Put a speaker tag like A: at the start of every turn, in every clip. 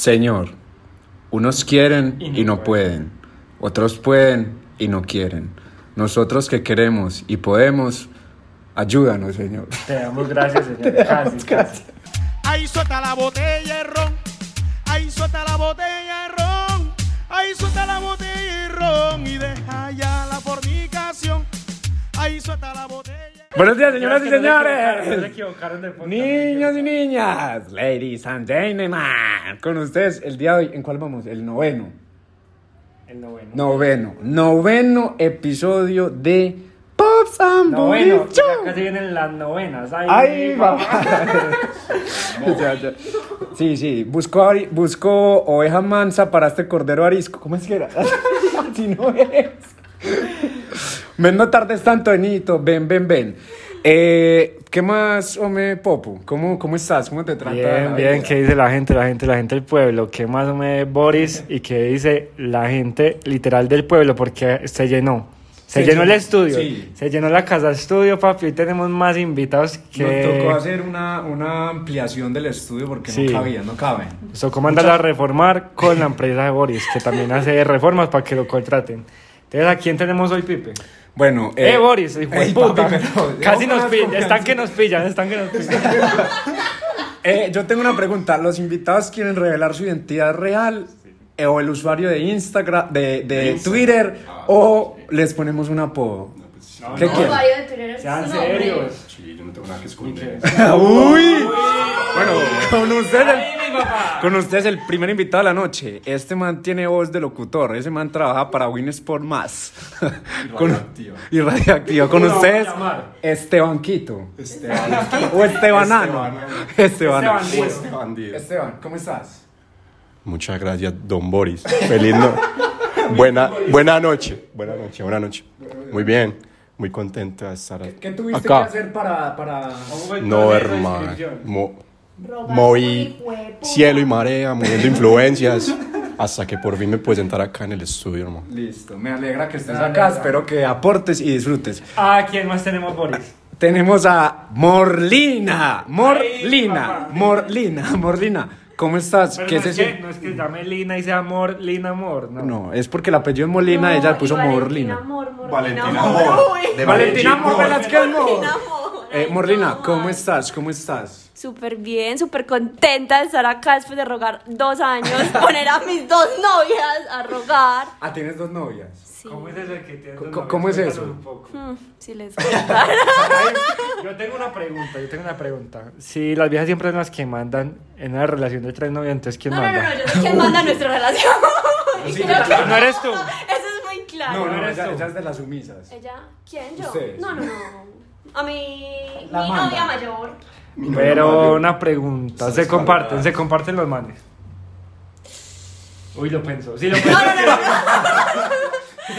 A: Señor, unos quieren y no pueden, otros pueden y no quieren. Nosotros que queremos y podemos, ayúdanos, Señor.
B: Te damos gracias, Ah, Señor. Casi, casi.
C: Ahí suelta la botella de ron. Ahí suelta la botella de ron. Ahí suelta la botella de ron. Y deja ya la fornicación. Ahí suelta la botella.
A: Buenos días, señoras y
B: Es que no se equivocaron, no se
A: señores.
B: equivocaron de podcast.
A: Niños y niñas, ladies and gentlemen, con ustedes el día de hoy, ¿en cuál vamos? El noveno.
B: El noveno.
A: Noveno. Noveno episodio de Pops and
B: Noveno.
A: Boys
B: Ya
A: Show.
B: casi vienen las novenas. Ay,
A: Ay,
B: papá.
A: papá. O sea, ya- Sí, sí, busco, ari- busco oveja mansa para este cordero arisco. ¿Cómo es que era? si no es. Ven, no tardes tanto, Enito. Ven, ven, ven. Eh, ¿Qué más, hombre, Popo? ¿Cómo, ¿Cómo estás? ¿Cómo te trata? la
D: Bien, bien,
A: vida?
D: ¿qué dice la gente? La gente, la gente del pueblo. ¿Qué más me Boris? ¿Y qué dice la gente literal del pueblo? Porque se llenó. Se
A: Se
D: llenó el
A: llenó,
D: estudio.
A: sí.
D: Se llenó la casa estudio, papi. Hoy tenemos más invitados
A: Nos tocó
D: que...
A: hacer una, una ampliación del estudio porque
D: Sí.
A: no cabía, no caben.
D: Nos tocó mandarla a reformar con la empresa de Boris, que también hace reformas para que lo contraten. Entonces, ¿a quién tenemos hoy, Pipe?
A: Bueno,
D: ¡Eh, Boris! hijo de
A: ey,
D: puta!
A: papi, pero-
D: Casi
A: no
D: nos
A: más
D: pillan.
A: confianza.
D: Están que nos pillan, están que nos pillan.
A: Eh, yo tengo una pregunta. ¿Los invitados quieren revelar su identidad real? Eh, ¿O el usuario de Instagram, de, de Twitter? ¿O les ponemos un apodo? ¿Qué
E: No,
A: quieren?
E: varios de Twitter es
B: Sean
E: su nombre.
B: serios.
F: Sí, yo no tengo nada que esconder.
A: ¡Uy! Bueno, con ustedes, con ustedes el primer invitado de la noche. Este man tiene voz de locutor. Ese man trabaja para Winsport Más. Con-
F: radioactiva.
A: Y radioactiva. Con
B: lo vamos a
A: ustedes,
B: llamar.
A: Estebanquito.
F: Esteban.
A: O Estebanano. Estebanano.
B: Esteban.
F: Esteban Díaz.
A: Esteban, ¿cómo estás?
F: Muchas gracias, don Boris. Feliz no. buena, buena noche. Buena noche, buena noche. Muy bien, muy contento de estar
A: ¿Qué tuviste
F: acá.
A: que hacer para, para...
F: No, hermano. Mo-
E: Robar
F: moví
E: por el cuerpo.
F: cielo y marea, moviendo influencias, hasta que por fin me pude sentar acá en el estudio, hermano.
A: Listo, me alegra que estés acá, espero que aportes y disfrutes.
B: ¿A quién más tenemos, Boris?
A: Tenemos a Morlina,
B: Ay,
A: Morlina,
B: papá.
A: Morlina, Morlina, ¿cómo estás?
B: Pero
A: ¿Qué
B: no,
A: es
B: es
A: eso?
B: que, no es que se llame Lina y sea amor, Lina Amor. No.
A: No, es porque el apellido es Molina,
E: No,
A: ella puso
E: y Valentina
A: Morlina. Eh,
E: Amor, Morlina
F: Valentina
E: Amor.
F: Amor.
E: Uy.
F: De
A: Valentina Mor Velázquez Mor.
E: Valentina Amor.
A: Eh,
E: Ay,
A: Morlina,
E: no,
A: ¿cómo
E: ay.
A: estás? ¿Cómo estás?
E: Súper bien, súper contenta de estar acá después de rogar dos años, poner a mis dos novias a rogar.
A: Ah, tienes dos novias.
E: Sí,
B: ¿Cómo es eso de que tienes
A: ¿Cómo-
B: novia?
A: cómo es
B: Cuéntanos
A: eso?
B: un poco.
E: Mm, sí les contara.
D: Yo tengo una pregunta, yo tengo una pregunta. Si las viejas siempre son las que mandan en una relación de tres novios, entonces ¿quién
E: No, no,
D: manda?
E: no, no, yo sé quién manda nuestra relación. Y
A: Sí,
E: creo
A: claro.
E: que-
D: No eres tú.
E: Eso es muy claro.
A: No, no,
B: eres
A: ella,
B: tú.
A: ella es de las sumisas.
E: ¿Ella? ¿Quién? ¿Yo?
A: Ustedes.
E: No, no, no. A mi,
A: La
E: mi
A: manda.
E: novia mayor.
D: Pero una pregunta, se comparten, se comparten los manes. Uy, lo pensó. Si lo pensó,
E: No, no, no, no.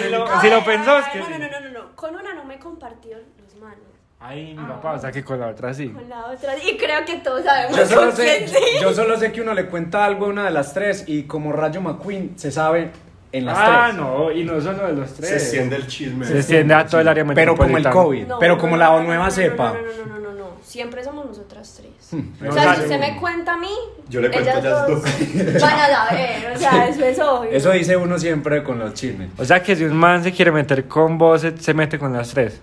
D: si lo, si lo pensó es que
E: No, no,
D: sí.
E: no, no, no, no. Con una no me compartió los manos.
D: Ay, mi papá, o sea que con la otra sí.
E: Con la otra. Y creo que todos sabemos
A: Yo solo,
E: con
A: sé,
E: quién sí.
A: yo solo sé que uno le cuenta algo a una de las tres y como Rayo McQueen se sabe en las
D: Ah,
A: tres.
D: no, y no solo de los tres.
F: Se extiende el chisme.
D: Se extiende a todo el área
A: Pero como el
D: metropolitana.
A: COVID,
E: No,
A: pero
E: no,
A: como
E: no,
A: la
E: no, no,
A: nueva
E: no,
A: cepa.
E: No, no, no, no, no, no. Siempre somos nosotras tres.
A: Hmm,
D: pero
E: o sea,
D: sale
E: si usted
D: uno.
E: me cuenta a mí,
F: Yo le cuento
E: ellas
F: a ellas
E: dos. Van a saber, o sea, eso es obvio.
A: Eso dice uno siempre con los chismes.
D: O sea que si un man se quiere meter con vos, se, se mete con las tres.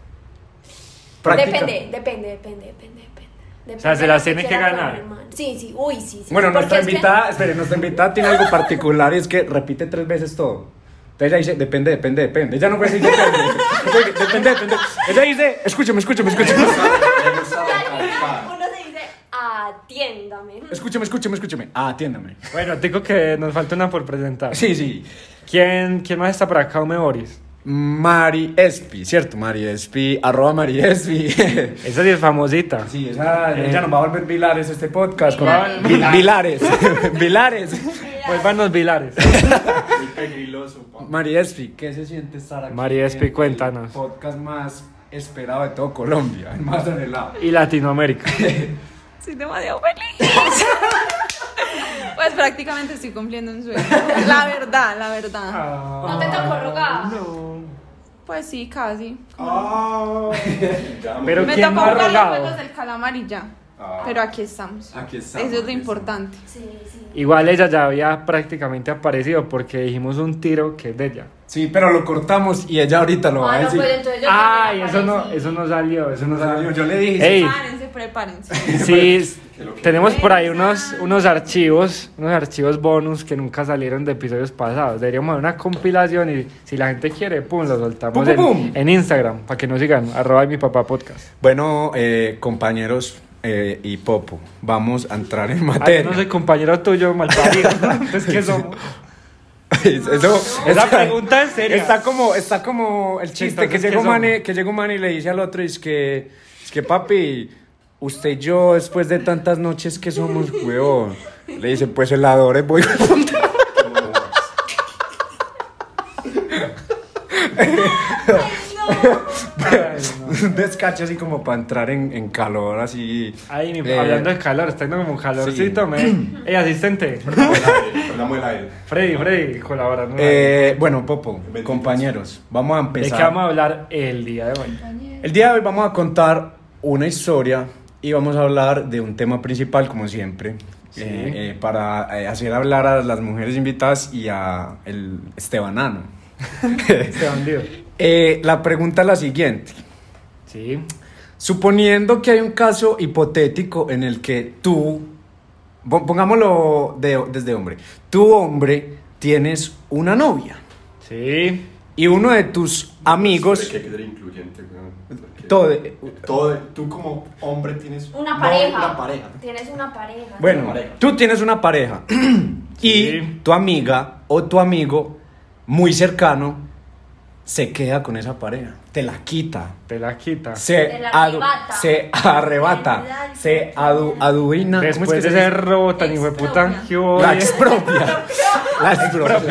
A: Práctica.
E: Depende, depende, depende, depende, depende.
D: O sea, se
E: Depende
D: las
E: de lo
D: tiene que
E: quiera
D: ganar.
E: poner, man. Sí, sí, uy, sí. sí
A: Bueno,
E: porque
A: nuestra
E: es que-
A: invitada, espere, nuestra invitada tiene algo particular y es que repite tres veces todo. Entonces ella dice, depende, depende, depende. Ella no puede decir depende. Entonces, depende, depende. Ella dice, escúchame, escúchame, escúchame.
E: Y al final uno se dice, atiéndame.
A: Escúchame, escúchame, escúchame. Ah, atiéndame.
D: Bueno, te digo que nos falta una por presentar.
A: Sí, sí.
D: ¿Quién, quién más está por acá, Ome Boris?
A: Mari Espi, ¿cierto? Mari Espi, arroba Mari Espi.
D: Esa sí es famosita. eh,
A: Sí, esa,
B: eh,
A: ella nos va a volver Vilares este
D: pues,
A: podcast. con-
E: Vilares.
A: Vi- Vilares. Vilares. pues,
D: Vuelvan pues los Vilares.
F: Muy pegriloso, pa.
A: Mari Espi, ¿qué se siente estar aquí?
D: Mari Espi,
A: en el
D: cuéntanos.
A: podcast más esperado de todo Colombia, el más anhelado.
D: Y Latinoamérica.
G: Soy demasiado feliz. pues prácticamente estoy cumpliendo un sueño. La verdad, la verdad.
E: No te tocó rogar.
G: Pues sí, casi.
F: Ah, ya,
D: Pero
G: Me
D: ¿quién
G: tocó
D: más
G: jugar los
D: rogado?
G: juegos del calamar y ya. Pero aquí estamos.
H: Aquí estamos,
G: Eso es lo
H: aquí
G: importante.
E: Sí, sí.
B: Igual ella ya había prácticamente aparecido porque dijimos un tiro que es de ella.
A: Sí, pero lo cortamos y ella ahorita lo va a
E: Ah, no,
A: decir.
E: pues entonces yo
B: Ay,
E: también
B: eso no,
E: aparecí.
B: eso no salió, eso no salió.
A: Yo le dije.
B: Ey,
G: Prepárense, prepárense.
B: sí, tenemos por ahí unos, unos archivos, unos archivos bonus que nunca salieron de episodios pasados. Deberíamos hacer una compilación y si la gente quiere, pum, lo soltamos
A: Pum, pum,
B: En,
A: pum.
B: en Instagram para que nos sigan, arroba mi papá podcast.
H: Bueno, eh, compañeros eh, y Popo, vamos a entrar en
B: Ay,
H: materia.
B: no soy compañero tuyo, malparido. Entonces, ¿qué somos?
A: Eh. Eso,
B: Esa pregunta es seria.
A: Está como, está como el chiste
B: Entonces,
A: que
B: ¿qué
A: llegó,
B: somos?
A: Mane, que llegó Mane y le dice al otro, es que, es que papi, usted y yo después de tantas noches que somos, huevón. Le dice, pues el adore voy a contar". Un descache así como para entrar en, en calor, así.
B: Ay, mi-
A: Eh,
B: hablando de calor, está yendo como un calorcito,
A: sí.
B: me. Ey, asistente.
F: Perdamos el aire.
B: Freddy, Freddy, colaborando.
A: eh, bueno, Popo, compañeros, vamos a
B: ¿De qué
A: empezar.
B: vamos a hablar el día de hoy?
A: El día de hoy vamos a contar una historia y vamos a hablar de un tema principal, como siempre,
B: Sí.
A: eh, eh, para eh, hacer hablar a las mujeres invitadas y a el Estebanano.
B: Este bandido.
A: Eh, la pregunta es la siguiente.
B: Sí.
A: Suponiendo que hay un caso hipotético en el que tú, po- pongámoslo de- desde hombre, tu hombre tienes una novia
B: Sí.
A: y uno de tus amigos,
F: Hay que ser incluyente, weón. Porque-
A: todo, eh,
F: Todo, tú como hombre tienes
E: Una
F: no,
E: pareja.
F: Una pareja.
E: Tienes una pareja.
A: Bueno,
F: pareja.
A: tú tienes una pareja
B: Sí.
A: y tu amiga o tu amigo muy cercano se queda con esa pareja, te la quita,
B: Te la quita.
A: se,
E: Te la
A: adu-
E: arrebata.
A: se arrebata, se adu- aduina, ¿cómo es
B: Después
A: que
B: de
A: se
B: ese
A: dice?
B: robo tan hijo de puta
G: Expropia.
B: que hubo
A: la
B: hoy-
A: expropia, la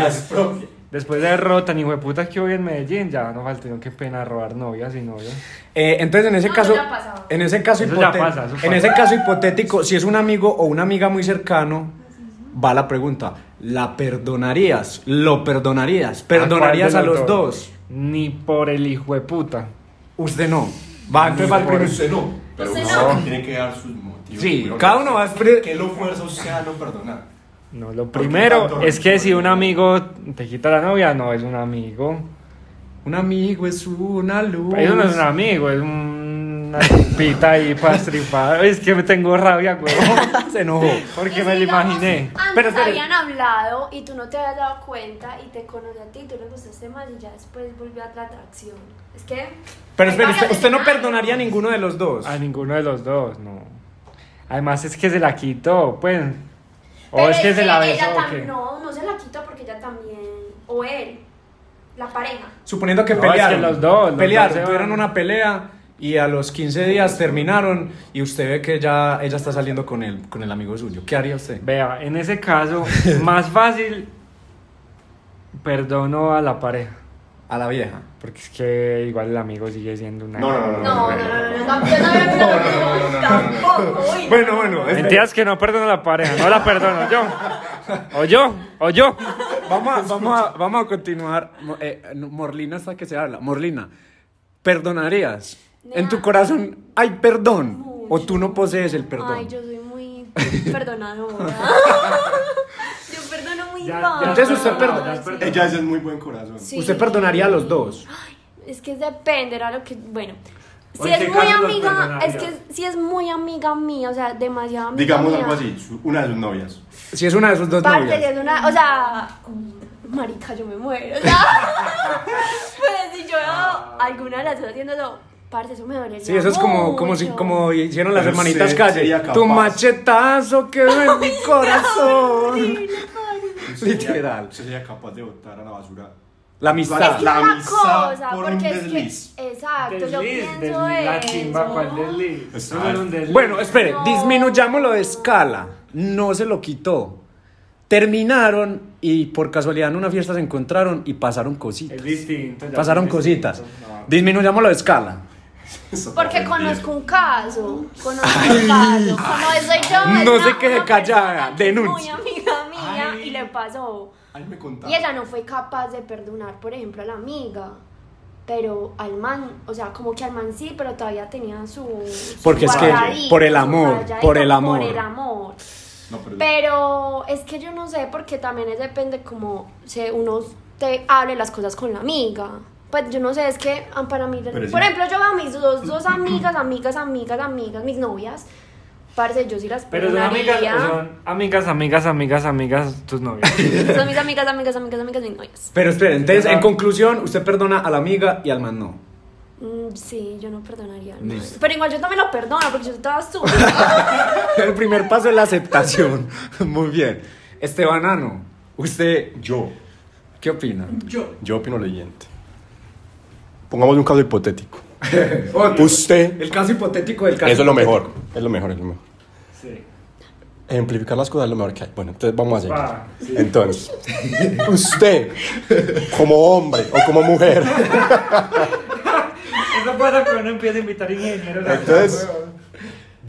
A: expropia.
B: Después de ese robo tan hijo de puta que hoy en Medellín, ya no faltó qué pena robar novias y novios.
A: Eh, entonces en ese
E: No,
A: caso,
E: Ah, eso ya ha pasado.
A: en ese caso
B: Eso ya
A: hipotético,
B: pasa, eso
A: en
B: pasa.
A: ese caso hipotético, si es un amigo o una amiga muy cercano, va la pregunta, ¿la perdonarías? ¿Lo perdonarías? ¿Perdonarías a
B: ¿cuál de
A: los dos?
B: Ni por el hijo de puta.
A: Usted no. Va, entonces va el
F: Pero
A: primero.
F: usted no. Pero
E: Usted
F: uno
E: no.
F: tiene que dar sus motivos.
A: Sí,
F: Pero
A: cada uno va a escribir-
F: ¿Qué lo fuerza usted a no perdonar?
B: No, lo
F: Porque
B: primero
F: tanto-
B: es que si un amigo te quita la novia, no es un amigo.
A: Un amigo es una luz.
B: Eso no es un amigo, es una pita ahí para estripar. Es que me tengo rabia, güey.
A: Se enojó.
B: Porque
E: Es
B: me lo
E: digamos,
B: imaginé.
E: Antes
A: Pero espere.
E: habían hablado y tú no te habías dado cuenta y te conocí a ti y tú le gustaste más y ya después volvió a la atracción. Es que.
A: Pero
E: hay
A: espere,
E: varios
A: usted, usted no
E: escenarios.
A: perdonaría a ninguno de los dos.
B: A ninguno de los dos, no. Además es que se la quitó, pues. O
E: Pero
B: es que se la besó
E: ella
B: o
E: tam-
B: qué.
E: No, no se la quita porque ella también. O él. La pareja.
A: Suponiendo que
B: No, es
A: pelearon.
B: que los dos, los
A: pelearon,
B: dos se
A: tuvieron
B: van.
A: una pelea y a los 15 días terminaron y usted ve que ya ella está saliendo con el, con el amigo suyo. ¿Qué haría usted?
B: Vea, en ese caso, más fácil, perdono a la pareja.
A: A la vieja.
B: Porque es que igual el amigo sigue siendo una...
F: No, no, no, no,
E: No, no, no, no, no, yo no había
F: no, no, no, no, no, no.
E: pensado tampoco. uy, no.
A: Bueno, bueno, espere.
B: Mentiras que no perdono a la pareja, no la perdono yo. O yo, o yo.
A: Vamos a, vamos a, vamos a continuar. Mo- eh, no, Morlina hasta que se habla. Morlina, ¿perdonarías? En tu corazón hay perdón. O tú no posees el perdón.
E: Ay, yo soy muy perdonadora. yo perdono muy
B: Ya-
E: fácil.
B: ya
A: Entonces usted perdona, ya
E: Sí.
F: Ella es de muy buen corazón.
E: Sí.
A: Usted perdonaría a los dos.
E: Es que depende, era lo que. Bueno.
I: ¿O
E: Si
I: en qué
E: es muy
I: caso los
E: amiga, es
I: perdonaría?
E: que si es muy amiga mía, o sea, demasiado amiga
F: Digamos
E: mía.
F: algo así, su- una de sus novias.
A: Si es una de sus dos
E: Parte
A: novias.
E: de una, o sea, marica, yo me muero. O sea, pues si yo
I: Ah.
E: alguna de las dos haciendo eso, parte eso me dolería.
A: Sí, eso es como, como, si,
E: mucho.
A: como hicieron las
F: Pero
A: hermanitas
F: sí,
A: calle.
F: sería capaz.
A: Tu machetazo quedó en mi corazón.
E: Horrible, padre.
A: Literal.
F: Usted sería capaz de botar a la basura.
A: La amistad.
E: Es
F: La
E: una
F: amistad
E: cosa,
F: por
E: porque
F: un
E: es que-
F: desliz.
E: exacto, yo pienso
B: la
E: eso.
B: chimba, ¿cuál desliz? Eso no era un desliz.
A: Bueno, espere,
E: No.
A: disminuyámoslo de escala. No se lo quitó. Terminaron y por casualidad en una fiesta se encontraron y pasaron cositas.
B: Es distinto. ya
A: Pasaron
B: es distinto.
A: cositas. Disminuyámoslo de escala.
E: Porque conozco un caso, conozco un caso, como soy yo.
A: No
E: es
A: se
E: una-
A: quede
E: una
A: callada,
E: persona que es
A: denuncia.
E: Muy amiga mía
F: Ay.
E: y le pasó.
F: Ahí me contaba.
E: Y ella no fue capaz de perdonar, por ejemplo, a la amiga. Pero al man, o sea, como que al man sí, pero todavía tenía su. su
A: Porque es que
E: guardadito,
A: por el
E: su
A: amor,
E: rayadito,
A: por el amor.
E: Por el amor.
J: No, pero-
E: Pero es que yo no sé, porque también es depende como se uno te hable las cosas con la amiga. Pues yo no sé, es que ah, para mí...
J: Pero sí.
E: Por ejemplo, yo veo a mis dos, dos amigas, amigas, amigas, amigas, mis novias. Parce, yo sí las
D: Pero son amigas,
E: perdonaría.
D: son amigas, amigas, amigas, amigas, tus novias.
E: Son mis amigas, amigas, amigas, amigas, mis novias.
A: Pero esperen, entonces, en conclusión, usted perdona a la amiga y al man no.
E: Mm, sí, yo no perdonaría. al man.
A: Listo.
E: Pero igual yo también lo perdono, porque yo estaba súper...
A: El primer paso es la aceptación. Muy bien. Estebanano, usted,
F: Yo.
A: ¿qué opina?
F: Yo opino lo siguiente. Pongamos un caso hipotético.
A: Otro.
F: Usted.
A: Oh, pues, El caso hipotético del caso.
F: Eso es lo
A: hipotético.
F: mejor. Es lo mejor, es lo mejor.
B: Sí.
F: Ejemplificar las cosas es lo mejor que hay. Bueno, entonces vamos a seguir.
B: Va, sí.
F: Entonces, usted, como hombre o como mujer,
B: Eso pasa cuando uno empieza a invitar ingenieros.
F: Eh.
B: a-
F: Entonces-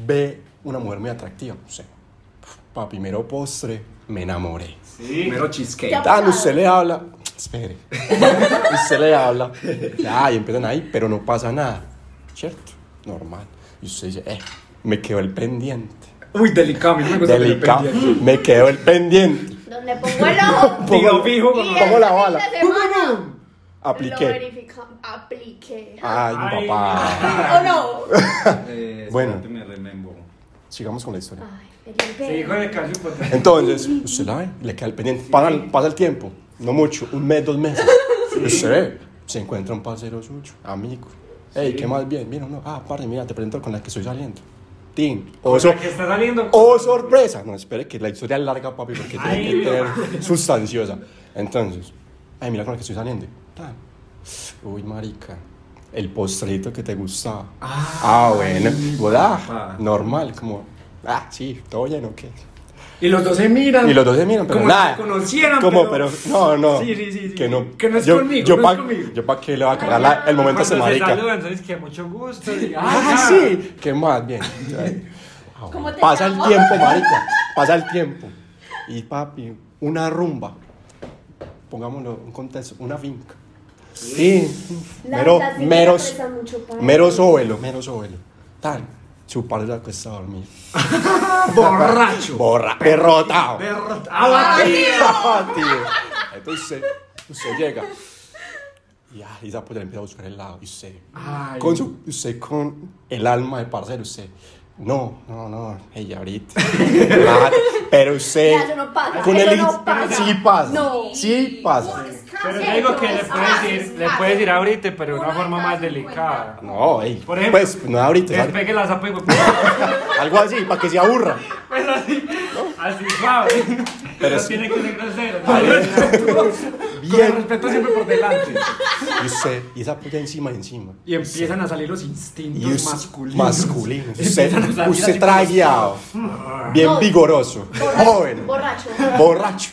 F: ve una mujer muy atractiva. Usted, para primero postre, me enamoré.
A: Primero cheesecake.
E: Ya.
F: Tal, usted le habla. Espere. usted le habla. Ya, y empiezan ahí, pero no pasa nada. ¿Cierto? Normal. Y usted dice, eh, me quedó el pendiente.
A: Uy, delicado, a mí no Pues, me gusta que le
F: Delicado.
A: pendiente.
F: Me quedó el pendiente.
E: Donde pongo el ojo.
A: Digo, fijo,
E: y
F: ¿Cómo
E: el
F: la
E: fin
F: bala?
E: de semana Lo
F: Apliqué.
E: verificamos. Apliqué.
F: Ay,
B: Ay,
F: mi papá.
E: ¿O no?
J: Eh,
F: Bueno.
J: espérate, me remembro.
F: Sigamos con la historia.
E: Ay, Felipe.
B: Sí, con el caso hipotético.
F: Entonces, usted la ve, le queda el pendiente. Pasa, el- pasa el tiempo, no mucho, un mes, dos meses. Usted ve, se encuentra un parcero suyo, amigo. Ey, ¿qué más bien? Mira, no, ah, padre, mira, te presento con la que estoy saliendo. Tin. O,
B: O
F: so-
B: sea, que está saliendo.
F: o sorpresa. No, espere, que la historia es larga, papi, porque
B: Ay,
F: tiene que ser sustanciosa. Entonces, ay, mira con la que estoy saliendo. Tan. Uy, marica. El postrito que te gustaba. Ah, bueno. Vos, ah,
J: papá.
F: normal, como, ah, sí, todo lleno, ¿qué?
A: Y los dos se miran.
F: Y los dos se miran, pero
A: Como
F: nada.
A: si se conocieran,
F: Como,
A: pero-
F: pero... no, no.
A: Sí, sí, sí, sí.
F: Que no,
A: Que no es
F: yo,
A: conmigo,
F: Yo
A: no
F: pa,
A: es conmigo.
F: Yo pa' qué le va a cagar la- el momento a
B: Cuando
F: ese
B: se
F: marica.
B: saludan, entonces que mucho gusto. y-
F: Ah, sí. Qué más, bien. Ah,
E: ¿Cómo
F: bueno.
E: te
F: Pasa el
E: llamo?
F: tiempo, marica. Pasa el tiempo. Y papi, una rumba. Pongámoslo en contexto, una finca. Sí.
E: Las-
F: Mero,
E: las fincas
F: meros,
E: pesan mucho, padre.
F: mero suelo, mero suelo. Tal. Su padre la cuesta dormir.
A: Borracho.
F: Borra, derrotado.
A: Perro. abatido.
F: Ah, tío. Entonces, usted llega. Y ah, esa puta le empieza a buscar el lado. Y usted,
A: Ay.
F: con su, usted con el alma de parcero, usted. No, no, no, ella ahorita. Ah, pero usted.
E: Ya, eso no pasa,
F: Con
E: eso
F: el
E: no pasa.
F: Sí pasa.
E: No.
F: Sí pasa.
B: Pero yo digo que le puedes decir, le puedes decir ahorita, pero de una
G: Uno
B: forma
G: está
B: más
G: a su
B: delicada.
F: No, ey.
B: Por ejemplo,
F: pues no ahorita. ¿sabes?
B: Despegue la zapa y pues
F: Algo así, para que se aburra.
B: así, así suave. Pero no tiene que ser grosero. ¿no?
A: Con el
F: Bien.
A: respeto siempre por delante.
F: Y usted, y esa puta encima, encima.
A: Y empiezan a salir los instintos
F: us-
A: masculinos.
F: masculinos.
A: Empiezan a
F: Usted,
A: salir
F: usted
A: así
F: tragueado, bien
E: No.
F: vigoroso, joven,
E: Borracho.
F: borracho.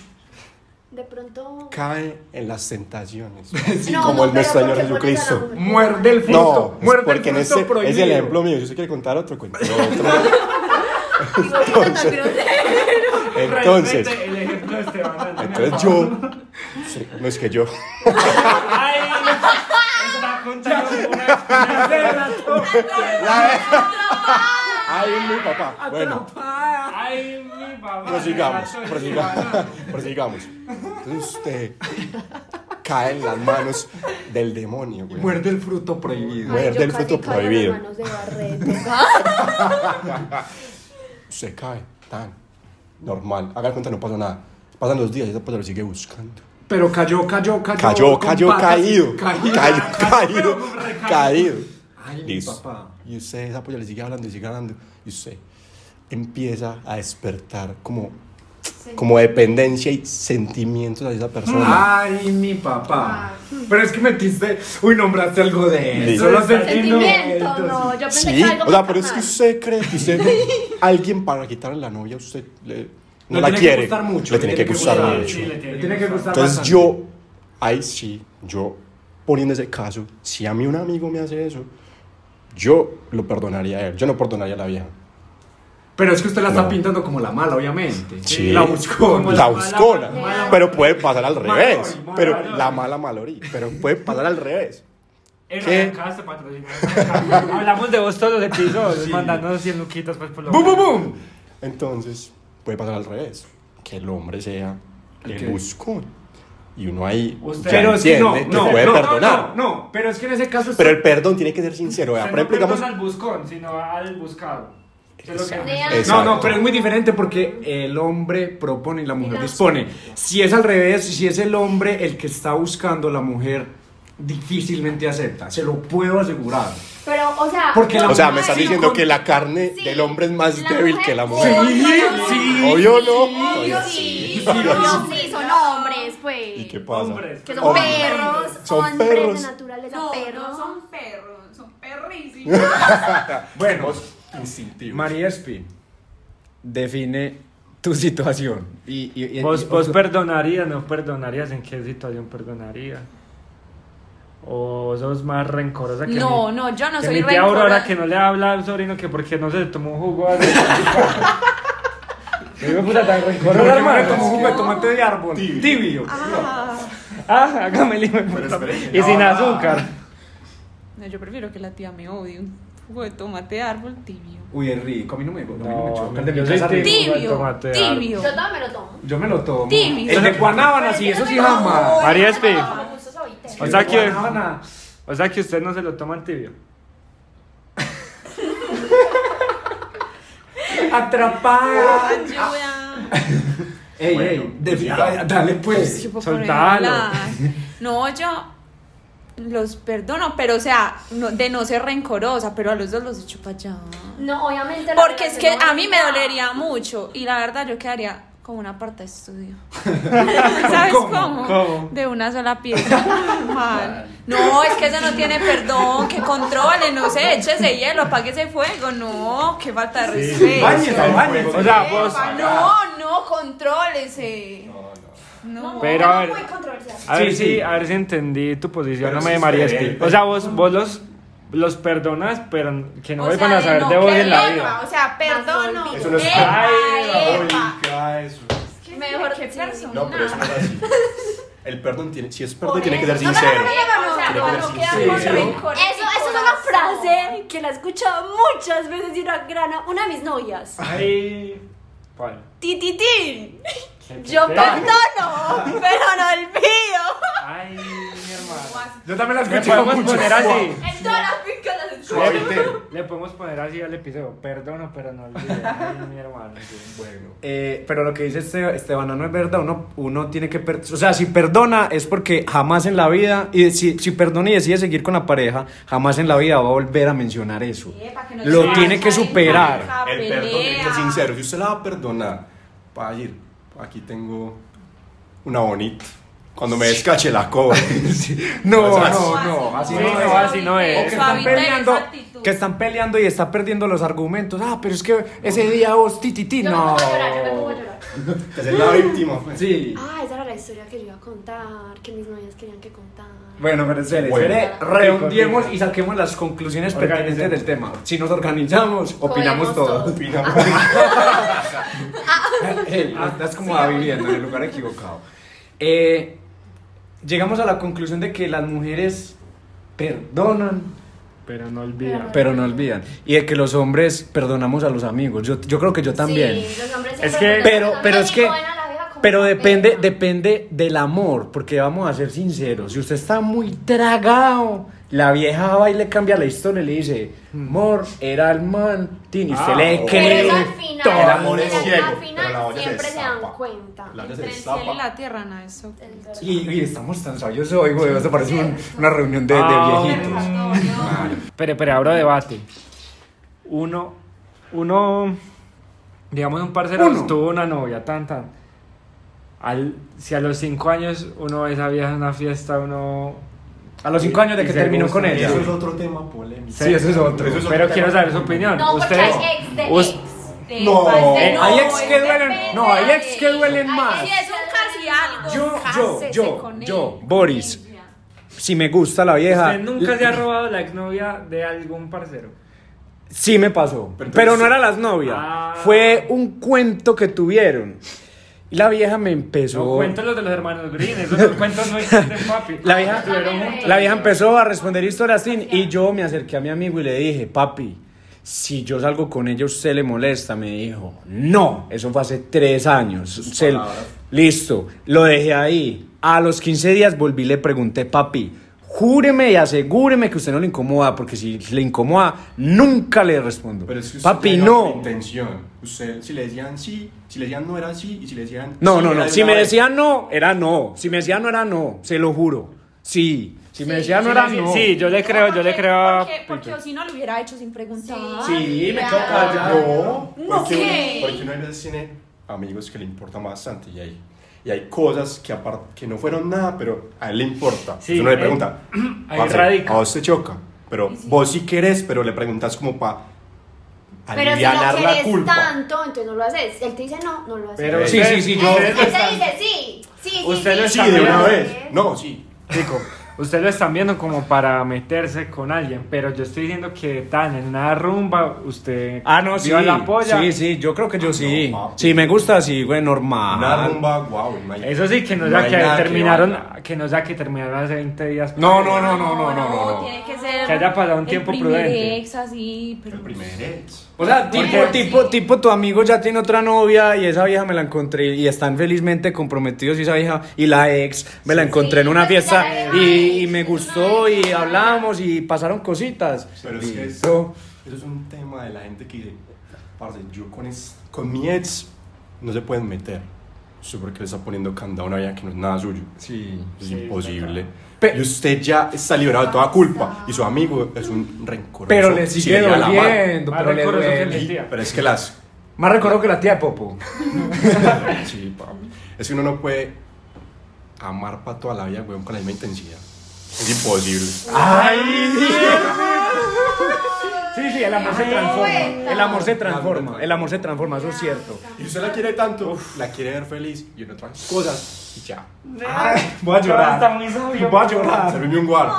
E: De pronto.
F: Cae en las tentaciones.
E: No,
F: como
E: no,
F: el nuestro
E: pero
F: Señor
E: ¿por qué pones a la
F: Jesucristo.
E: mujer?
A: Muerde el fruto.
F: No, es
A: muerde
F: porque en
A: el fruto
F: ese
A: prohibido.
F: es el ejemplo mío. Yo sé quiere contar otro cuento. otro.
E: Digo, ¿qué tan grosero?
F: Entonces,
B: Respete el ejemplo de este Esteban.
F: entonces yo. sí, no es que yo.
B: Ay, está contando una escena.
F: Ay, mi papá. Bueno,
B: Ay, mi papá.
F: prosigamos,
B: Relato de
F: prosigamos, prosigamos. Entonces usted cae en las manos del demonio, güey.
A: Muerde el fruto prohibido.
F: Mujer
E: Ay, yo
F: del
E: casi
F: fruto
E: caigo en
F: prohibido.
E: las manos de Barreto. Ah,
F: se cae, tan, normal. Haga de cuenta, no pasó nada. Pasan los días y esa puta lo sigue buscando.
A: Pero cayó, cayó, cayó.
F: Cayó,
A: con
F: cayó,
A: patas,
F: caído.
A: Caído.
F: Cayó, caído. Caído.
J: Ay, mi
F: Listo.
J: papá.
F: Y usted, esa polla le sigue hablando y sigue hablando. Y usted empieza a despertar como, como dependencia y sentimientos hacia esa
J: Ah,
F: persona.
A: Ay, mi papá. Pero es que metiste. Uy, nombraste algo de
F: Listo.
A: eso. Los
E: Sentimiento, no. Yo pensé
F: sí,
E: que algo
F: o sea,
E: más
F: pero es que
E: carnal.
F: usted cree que usted, alguien para quitarle la novia, usted le- no
A: Le
F: la
A: tiene que
F: quiere.
A: gustar mucho,
F: Le tiene que gustar
B: Sí,
F: mucho.
B: sí, le
A: Le tiene que gustar
F: Entonces
A: bastante.
F: yo, ahí sí, yo poniendo ese caso, si a mí un amigo me hace eso, yo lo perdonaría a él, yo no perdonaría a la vieja.
A: Pero es que usted la está
F: No.
A: pintando como la mala, obviamente.
F: Sí.
A: La buscó.
B: Como mala
F: La buscona,
B: mala-
F: pero puede pasar al revés,
B: mala-
F: pero
B: mala-
F: la mala malorí, pero puede pasar al revés.
B: ¿Qué? Hablamos de vos todos los episodios, mandándonos 100 luquitas pues por lo
F: ¡Bum, bum,
B: menos.
F: bum! Entonces, puede pasar al revés. Que el hombre sea el buscón. Y uno ahí
B: Usted-
F: ya
A: Pero si no,
F: entiende que
A: no,
F: puede
A: no, no,
F: perdonar.
A: no, no, pero es que en ese caso
F: Pero el perdón tiene que ser sincero. ¿verdad?
B: Usted
F: Por
B: no
F: ejemplo, digamos,
B: perdona al buscón, sino al buscado. Eso es lo que-
E: Vean,
A: No, no,
F: Exacto.
A: pero es muy diferente porque el hombre propone y la mujer dispone. Si es al revés, si es el hombre el que está buscando, la mujer difícilmente acepta. Se lo puedo asegurar.
E: Pero, o sea.
A: Porque la
F: o sea,
A: mujer está
F: me estás
A: sí,
F: diciendo
A: con-
F: que la carne
E: Sí,
F: del hombre es más
E: la
F: débil que la mujer.
E: Sí,
A: sí.
F: Obvio no.
E: Obvio, sí, son hombres, sí, son hombres, pues.
F: ¿Y qué pasa?
B: Hombres.
E: Que son
F: Hombres.
E: perros,
F: Son
E: hombres
F: perros.
E: de naturaleza,
G: No,
E: perros.
G: no son perros, son perrísimos.
A: Bueno,
F: Instintivo.
A: María Espi, define tu situación. Y, y- y- y-
D: ¿Vos, vos perdonarías, no perdonarías? ¿En qué situación perdonaría? ¿O sos más rencorosa que
G: No,
D: mi-
G: no, yo no
D: que
G: soy
D: mi tía Aurora
G: rencorosa.
D: que no le habla al sobrino que porque no se tomó un jugo hace 24. Yo me puta tan
A: Porque
D: rencorosa,
A: uno
D: hermano.
A: es como un jugo de tomate de árbol. Tibio.
D: Ah, hágame el hijo de puta. Y sin azúcar.
G: No, yo prefiero que la tía me odie. Un jugo de tomate de árbol tibio.
A: Uy, es rico. A mí no me, a mí no me
D: No,
A: choca. El
D: a mí-
A: de mi
D: yo soy
A: casa
D: tibio.
A: rico.
D: Jugo de
G: Tibio,
D: tomate de
G: tibio.
E: Yo también me lo tomo.
A: Yo me lo tomo.
G: Tibio.
A: El de guanábana, sí, eso sí jamás.
D: María Espi.
E: Con gusto suavite.
D: O sea que,
A: Guanábana.
D: o sea que usted no se lo toma en tibio.
A: Atrapada.
G: Ayuda.
A: Ey, ey, de- ay, dale pues.
G: Yo puedo poner a
D: Soltalo.
G: hablar. No, yo los perdono, pero o sea, no- de no ser rencorosa, pero a los dos los echo para allá.
E: No, obviamente. la
G: Porque es que
E: relación no
G: a mí me
E: va.
G: dolería mucho y la verdad yo quedaría como una parte de estudio. ¿Sabes cómo?
D: ¿Cómo?
G: De una sola pieza. Mal. No, es que eso no tiene perdón, que controle, no sé, eche ese hielo, apague ese fuego, no, qué falta de respeto.
A: Bañes, bañes.
D: O sea, vos.
G: No, no, contrólese. No.
E: No,
D: Pero,
E: no,
D: a ver.
E: muy controversial.
D: A ver
A: Sí,
D: si,
A: sí.
D: a ver si entendí tu posición,
F: Pero
D: no me
F: sí
D: de María
F: se ve,
D: Espi.
F: pero-
D: O sea, vos, vos los, los perdonas, pero que no
G: O
D: vuelvan
G: sea,
D: a saber
G: no
D: de vos en la
G: creerla,
D: vida.
G: O sea, perdono.
E: Eso
F: no es-
G: Epa,
D: Ay,
G: epa.
F: eso.
G: Mejor que persona.
F: No, pero eso no es así. El perdón tiene, si es perdón,
E: Por
F: tiene que ser
E: eso. No, no,
F: sincero.
E: no, no, no, no,
G: O sea,
E: no,
G: no,
E: no,
G: no
F: Sí,
G: quedar
F: sí,
G: con
F: sí.
G: rencor en
E: Eso,
G: mi
E: eso es una
G: corazón.
E: frase que la he escuchado muchas veces y una gran. Una de mis novias.
D: Ay. ¿Cuál?
E: Tititín.
D: ¿Qué te
E: Yo
D: pega?
E: perdono, pero no olvido.
D: Ay, mi hermano.
A: Yo también las
D: Le
A: escuchaba
D: podemos
A: mucho.
D: poner así.
E: En todas las fincas las escucho.
D: Este, Le podemos poner así al episodio. Perdono, pero no olvido. Ay, mi hermano. sí.
A: Eh, pero lo que dice este, Estebana no es verdad, uno, uno tiene que... per- O sea, si perdona es porque jamás en la vida, y si, si perdona y decide seguir con la pareja, jamás en la vida va a volver a mencionar eso.
G: Epa, que no
A: Lo
G: se
A: tiene que
G: vaya en
A: superar.
G: pareja,
F: El perdón tiene que
G: pelea.
F: ser sincero. Si usted la va a perdonar, va a ir. Aquí tengo una bonita. Cuando me descache la cobra. Pues,
A: No,
F: O sea,
A: no,
G: así
A: no,
G: no.
A: así
D: Sí,
A: no
D: no,
A: es.
D: así no es.
A: O que están
G: Suavitar esa
A: peleando,
G: actitud.
A: que están peleando y está perdiendo los argumentos. Ah, pero es que ese día vos tititi,
E: Yo me
A: no.
E: pongo a llorar, yo me pongo a llorar.
F: Que es la víctima. pues.
A: Sí.
E: Ah, esa era la historia que yo iba a contar, que mis novias querían que contara.
A: Bueno, pero espere,
F: Bueno.
A: espere, redondeemos y saquemos las conclusiones pertinentes del tema. Si nos organizamos, opinamos
E: Cobremos
A: todo.
E: todo.
F: Opinamos.
A: Ey, estás como a viviendo en el lugar equivocado. Eh, llegamos a la conclusión de que las mujeres perdonan,
D: Pero no olvido.
A: pero no olvidan. Y de que los hombres perdonamos a los amigos. Yo, yo creo que yo también.
E: Sí, los hombres
D: Es que-
E: siempre
A: Pero,
E: condenan a
A: pero
E: la
A: es que,
E: vieja y cogen a la vieja como
A: pero
E: una
A: depende,
E: perra.
A: depende del amor, porque vamos a ser sinceros, si usted está muy tragado, la vieja va y le cambia la historia y le dice, amor, era el man, tin", y usted
F: Ah,
A: le
F: ok.
E: Pero
A: cree
E: eso al final,
A: todo.
F: el amor
E: pero
F: es
E: al
F: ciego, pero la
E: final
F: olla se
E: siempre se dan
F: destapa.
E: cuenta.
F: La gente se
G: Entre el cielo y
F: destapa.
G: la tierra, nada, eso.
A: Y, y estamos tan sabios hoy, güey, eso parece un- una reunión de, de
D: Ah,
A: viejitos.
D: Pero, pero, abro debate. Uno, uno, digamos, un parcero
A: Uno.
D: tuvo una novia, tan, tan. Al, si a los cinco años uno ve esa vieja en una fiesta, uno.
A: A los cinco años de
D: Y
A: que
D: se
A: terminó con
D: gustan.
A: ella.
F: Eso es otro tema polémico.
A: Sí, eso es otro.
F: Eso es
D: Pero
F: otro
D: quiero
F: tema.
D: saber su opinión.
E: No, porque
D: Ustedes.
E: hay ex de
D: us-
E: ex.
F: No,
A: Eh, hay ex que duelen,
E: depende
A: no, hay ex
E: de-
A: que duelen
E: Ay,
A: más.
G: Si es un casi algo,
A: Yo, yo,
G: cásese
A: yo,
G: con él,
A: yo,
G: con
A: Boris.
G: ella.
A: Si me gusta la vieja,
D: ¿Usted nunca se ha robado la exnovia de algún parcero?
A: Sí me pasó, pero,
F: entonces-
A: no era las novias.
D: Ah.
A: Fue un cuento que tuvieron. Y la vieja me empezó.
B: No, cuento los de los hermanos Green, esos los cuentos no existen, papi.
A: La
F: Ah,
A: vieja,
B: Estuvieron
E: eh,
B: juntos.
A: la vieja empezó a responder historias sin- y yo me acerqué a mi amigo y le dije, papi, si yo salgo con ella usted le molesta, me dijo, no, eso fue hace tres años. Se- listo, lo dejé ahí. A los 15 días volví y le pregunté, papi, júreme y asegúreme que usted no le incomoda, porque si le incomoda, nunca le respondo.
F: Pero es que usted
A: papi,
F: llega
A: no.
F: con intención. Usted, si le decían sí, si le decían no era sí, y si le decían.
A: No,
F: sí,
A: no,
F: era
A: no.
F: de
A: Si
F: una
A: me
F: vez.
A: decían no, era no. Si me decían no, era no. Se lo juro. Sí. Si me decían no, era
B: sí,
A: no.
B: sí, yo le creo, yo le creo a
G: Porque, porque o si no lo hubiera hecho sin preguntar.
A: Sí, me quedo callado.
F: No,
G: No,
F: porque,
G: ¿qué?
F: porque uno a veces tiene amigos que le importa bastante y hay, y hay cosas que, apar- que no fueron nada, pero a él le importa.
B: Sí,
F: uno le
B: ahí-
F: pregunta,
B: ahí
F: "Parce,
B: radica".
F: a vos te choca, pero vos sí querés, pero le preguntas como para
E: Pero si no
F: aliviar la
E: quieres
F: culpa.
E: tanto, entonces no lo haces. Él te dice no, no lo haces.
B: Pero
A: Sí,
B: ustedes-
A: sí, sí, yo-
E: Él
B: ustedes
E: él
B: lo
E: te
B: están-
E: dice sí, sí, sí.
B: Ustedes
E: sí,
B: lo
F: Sí,
B: están
F: de
B: viendo.
F: una vez. No, sí.
B: Rico, ustedes lo están viendo como para meterse con alguien, pero yo estoy diciendo que tan en una rumba, usted
A: Ah, no, sí.
B: vio a la polla.
A: Sí, sí, yo creo que yo sí.
F: no, papi.
A: sí, me gusta así, güey, normal.
F: Una rumba, wow,
B: Eso sí, que no
F: No
B: sea
F: hay
B: que
F: nada que
B: terminaron,
F: valga.
B: que no sea que terminaron hace 20 días.
A: No, no, no, no, no, no, no. no.
G: Tiene que ser.
B: Que haya pasado un
G: el
B: tiempo
G: primer
B: prudente.
G: ex así, pero.
F: El primer ex.
A: O sea, tipo,
G: Porque-
A: tipo, tipo, tu amigo ya tiene otra novia y esa vieja me la encontré y están felizmente comprometidos y esa vieja y la ex me la encontré en una
E: pues, ya
A: fiesta
E: la
A: y,
E: ex,
A: y me
E: una
A: gustó
E: ex,
A: y
E: una
A: hablamos y pasaron cositas.
F: Pero es que
A: Listo.
F: eso, eso es un tema de la gente que dice, parce, yo con, es- con mi ex no se pueden meter. Eso porque le está poniendo candado a una vida que no es nada suyo.
A: Sí.
F: Es imposible.
A: Pe-
F: y usted ya está liberado de toda culpa. Y su amigo es un rencoroso.
A: Pero le sigue
F: le da la mano.
A: doliendo,
B: Más
A: pero le
B: rencoroso que
A: duele.
B: el-
F: Y- pero es que las...
A: Más recuerdo que la tía de Popo.
F: sí, papi. Es que uno no puede amar para toda la vida, weón, con la misma intensidad. Es imposible.
A: Sí, sí, el amor se transforma. El amor se transforma. El amor se transforma, eso es cierto.
F: Y usted la quiere tanto, la quiere ver feliz y en otras cosas y ya.
A: Voy a
B: Está
A: llorar.
B: muy sabio.
A: Voy a llorar.
F: Servirme un guaro.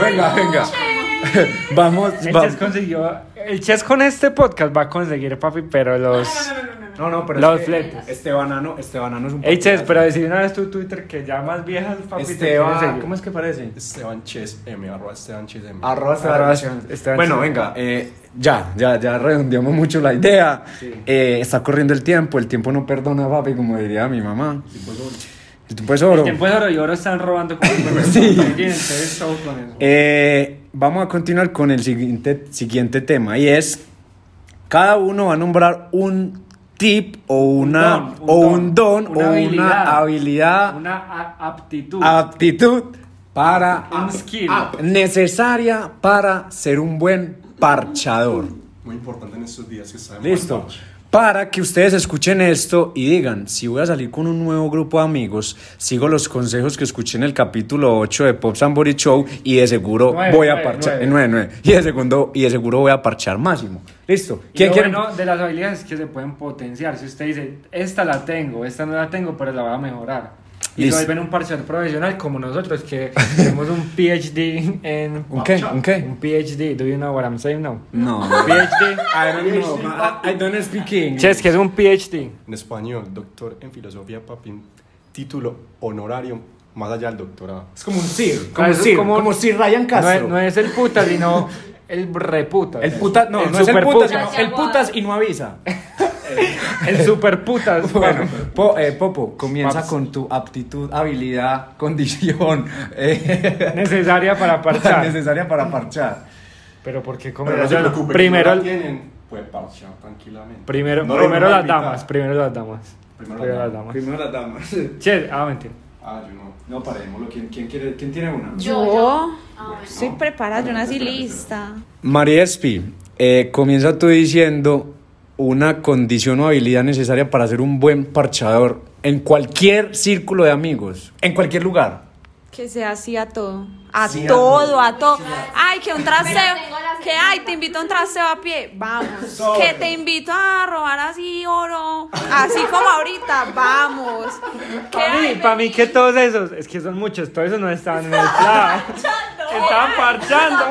A: Venga, venga. Vamos,
B: El
A: va-
B: Chess consiguió. El Chess con este podcast va a conseguir, papi, pero los.
A: No, no, pero es
B: Los
A: que
B: fletes.
A: Este banano, este banano es un
B: Hey, Chess,
A: papi.
B: pero decir una vez tu Twitter que ya más viejas, papi, te
A: Este
B: quieren
A: Esteban,
B: seguir.
A: ¿cómo es que parece?
F: Esteban Ches M, arroba Esteban Ches M.
A: Arroba
B: Arroba
A: Esteban.
B: Esteban.
A: Bueno, venga, eh, ya, ya, ya redondeamos mucho la idea. Eh, está corriendo el tiempo, el tiempo no perdona, papi, como diría mi mamá. El tiempo es oro.
B: El tiempo de oro y oro están robando como
A: Sí.
B: entonces todo con eso.
A: Eh, vamos a continuar con el siguiente, siguiente tema y es cada uno va a nombrar un tip o una
B: don, un
A: o
B: don,
A: un don o
B: una
A: una
B: habilidad.
A: habilidad
B: Una a- aptitud.
A: aptitud para
B: Un skill.
A: Ah, necesaria para ser un buen parchador.
F: Muy importante en estos días que sabemos.
A: Listo. Para que ustedes escuchen esto y digan, si voy a salir con un nuevo grupo de amigos, sigo los consejos que escuché en el capítulo 8 de Pop Sambori Show y de seguro
B: Nueve,
A: voy a
B: nueve,
A: parchar
B: nueve.
A: eh, nueve, nueve. y de segundo y de seguro voy a parchar máximo. Listo.
B: Y
A: ¿Quién
B: lo
A: quiere?
B: bueno de las habilidades es que se pueden potenciar. Si usted dice, esta la tengo, esta no la tengo, pero la voy a mejorar. Y
A: Listo.
B: se vuelven un parcial profesional como nosotros, que tenemos un PhD en...
A: ¿Un qué? ¿Un qué?
B: Un PhD, do you know what I'm saying now?
A: No.
B: PhD.
A: I don't know. I don't speak English.
B: Ches, que es un PhD.
F: En español, doctor en filosofía, papi. Título honorario, más allá del doctorado.
A: Es como un Sir,
B: Ah,
A: como un
B: eso es
A: Sir,
B: como-
A: como Sir Ryan
B: No es,
A: Castro.
B: no es el puta, sino el reputa.
A: El putas, no,
B: el
A: no es el putas,
B: superputas.
A: sino el putas y no avisa.
B: El superputa.
A: Bueno, Po- eh, Popo, comienza
B: Paps.
A: con tu aptitud, habilidad, condición eh,
B: necesaria para parchar.
A: necesaria para parchar.
B: Pero porque como
F: Pero no se preocupe,
B: primero,
F: si no la tienen, puede parchar tranquilamente.
B: primero,
F: No lo
B: primero
F: van a
B: las
F: invitar.
B: damas, primero las damas.
F: Primero
B: Primero
F: las
B: las damas.
A: Primero las damas.
B: Che, ah, mentira.
F: Ah, yo no.
A: No, parémoslo. ¿Quién, quién, quiere, ¿Quién tiene una?
G: Yo estoy preparada, yo nací lista.
A: María Espi, eh, comienza tú diciendo una condición o habilidad necesaria para ser un buen parchador en cualquier círculo de amigos, en cualquier lugar.
G: Que sea así a todo. A
A: Sí a
G: todo, a todo. Ay, que un traseo.
E: Pero tengo la
G: Que ay, te invito a un traseo a pie. Vamos. Que te invito a robar así oro. Así como ahorita. Vamos. Que
B: Para mí,
G: ay,
B: para mí que todos esos, es que son muchos, todos esos no estaban en el plan.
G: ven-
B: Estaban parchando.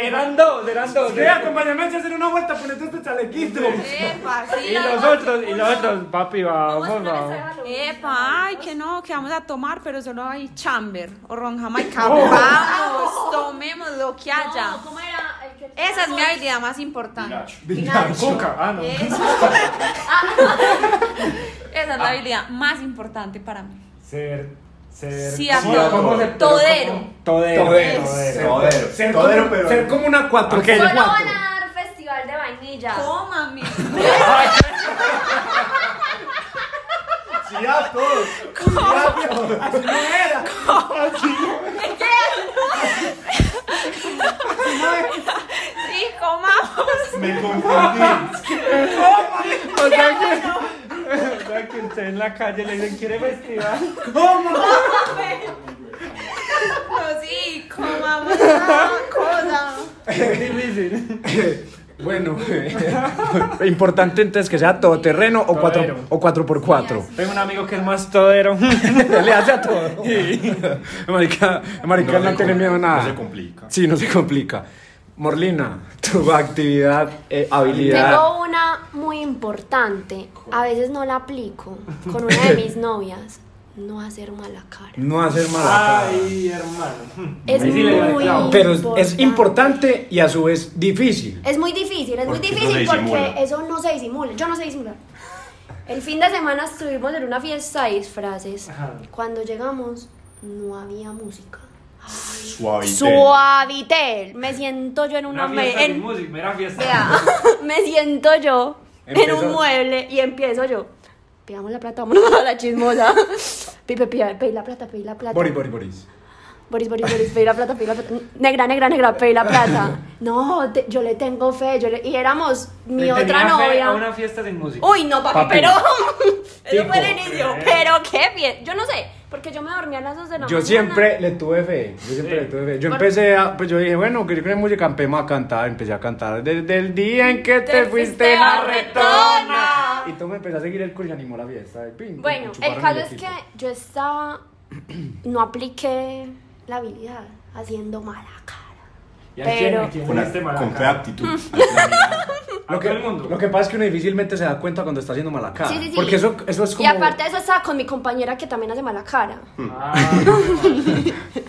D: Eran dos, eran dos.
B: Ve, acompáñame a hacer una vuelta, ponete este chalequito.
G: Epa, sí,
D: Y los otros, y los otros, papi, vamos, vamos.
G: Epa, ay, que no, que vamos a tomar, pero solo hay chamber o ron jamaica. Vamos, tomemos lo que haya.
E: No, ¿cómo era el que-
G: Esa es mi habilidad más importante.
B: Cuca, ah, no.
G: Eso. Esa es la habilidad más importante para mí.
B: Ser, ser.
G: Sí,
B: ¿cómo-
G: amigo.
B: cómo se-
G: Todero.
A: Todero.
B: Todero.
J: Todero.
A: Ser
J: Todero,
A: como,
J: pero.
A: ser como una cuatro.
B: Ok.
E: Solo van a dar festival de vainilla.
G: Cómame. Sí, comamos.
F: Me confundí.
D: O sea que, o sea que usted en la calle le dicen, ¿quiere festival?
G: No, sí, comamos una cosa.
D: Es difícil.
A: Bueno, importante entonces que sea todoterreno o
B: Todero.
A: 4 o cuatro por 4
B: Tengo un amigo que es más todero.
A: Le hace a todo. Marica, marica no, tiene miedo a nada.
F: No se complica.
A: Sí, no se complica. Morlina, tu actividad, eh, habilidad.
E: Tengo una muy importante. A veces no la aplico con una de mis novias. No hacer mala cara.
A: No hacer mala cara.
B: Ay, hermano.
E: Es
B: Ahí sí le doy
E: muy
B: clavo.
A: Pero es, es importante y a su vez difícil.
E: Es muy difícil, es muy
F: Porque no
E: difícil
F: se disimula.
E: porque eso no se disimula. Yo no sé disimular. El fin de semana estuvimos en una fiesta de disfraces.
B: Ajá.
E: Cuando llegamos, no había música.
F: Suavite.
E: Suavitel. Me siento yo en una,
B: Una
E: me-
B: fiesta sin
E: en-
B: música, era
E: Vea,
B: fiesta.
E: me siento yo en
A: Empezó.
E: un mueble y empiezo yo. Pidamos la plata, vámonos a la chismosa. Pipe, pipe, pedí la plata, pedí la plata.
A: Boris, Boris, Boris.
E: Boris, Boris, Boris, pedí la plata, pedí la plata. Negra, negra, negra, pedí la plata. No, te- yo le tengo fe. Yo le- y éramos mi
B: Tenía
E: otra
B: fe
E: novia.
B: a Una fiesta sin música.
E: Uy, no, papi,
A: Papi.
E: pero. Eso fue el
A: Pico.
E: inicio. Pero qué bien. Yo no sé, porque yo me dormía a las 2 de la mañana.
A: Yo siempre le tuve fe, yo siempre le tuve fe. Yo empecé a, pues yo dije, bueno, que yo quería música, empecé a cantar, empecé a cantar. Desde el día en que te,
G: Te
A: fuiste
G: fuiste
A: jarretona.
G: jarretona.
A: Y tú me empecé a seguir el culo y animó la fiesta. y pim,
E: Bueno,
A: pum,
E: el
A: chuparon
E: caso
A: el
E: es que
A: equipo.
E: yo estaba. No apliqué la habilidad haciendo mala cara.
B: ¿Y a quién?
E: pero-
B: ¿A quién
F: Con,
B: este
F: a- con fea
B: maraca?
F: actitud.
B: A
A: Lo que,
B: todo el mundo.
A: lo que pasa es que uno difícilmente se da cuenta cuando está haciendo mala cara.
E: Sí, sí, sí.
A: Porque eso, eso es como.
E: Y aparte de eso, estaba con mi compañera que también hace mala cara.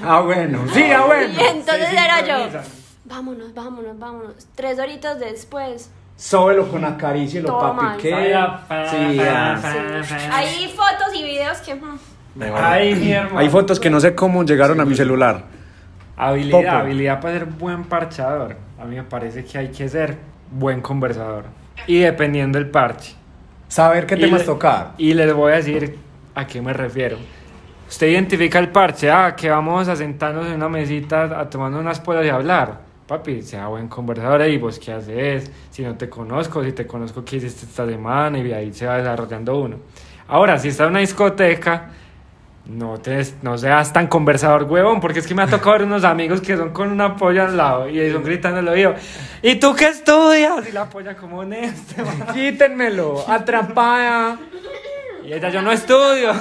A: Ah, bueno. Sí, ah, bueno.
E: Y entonces era yo.
B: sincronizan.
E: Vámonos, vámonos, vámonos. Tres horitas después.
A: Sóbelo con acaricia y lo
E: Todo mal.
A: papi que. Sí, ah.
E: Hay fotos y videos que. mm,
B: Ay, mi hermano.
A: Hay fotos que no sé cómo llegaron a mi celular.
B: Habilidad,
A: Poco.
B: habilidad para ser buen parchador. A mí me parece que hay que ser buen conversador. Y dependiendo del parche.
A: Saber qué
B: Y
A: temas
B: le-
A: tocar.
B: Y les voy a decir a qué me refiero. Usted identifica el parche, ah, que vamos a sentarnos en una mesita a tomando unas polas y a hablar. Papi, sea buen conversador y vos qué haces, si no te conozco, si te conozco qué hiciste esta semana y ahí se va desarrollando uno. Ahora, si está en una discoteca, no, te, no seas tan conversador, huevón, porque es que me ha tocado ver unos amigos que son con una polla al lado y son gritando al oído, ¿y tú qué estudias? Y la polla como en este, man.
A: Quítenmelo,
B: Ah.
A: atrapada.
B: Y ella, yo no estudio.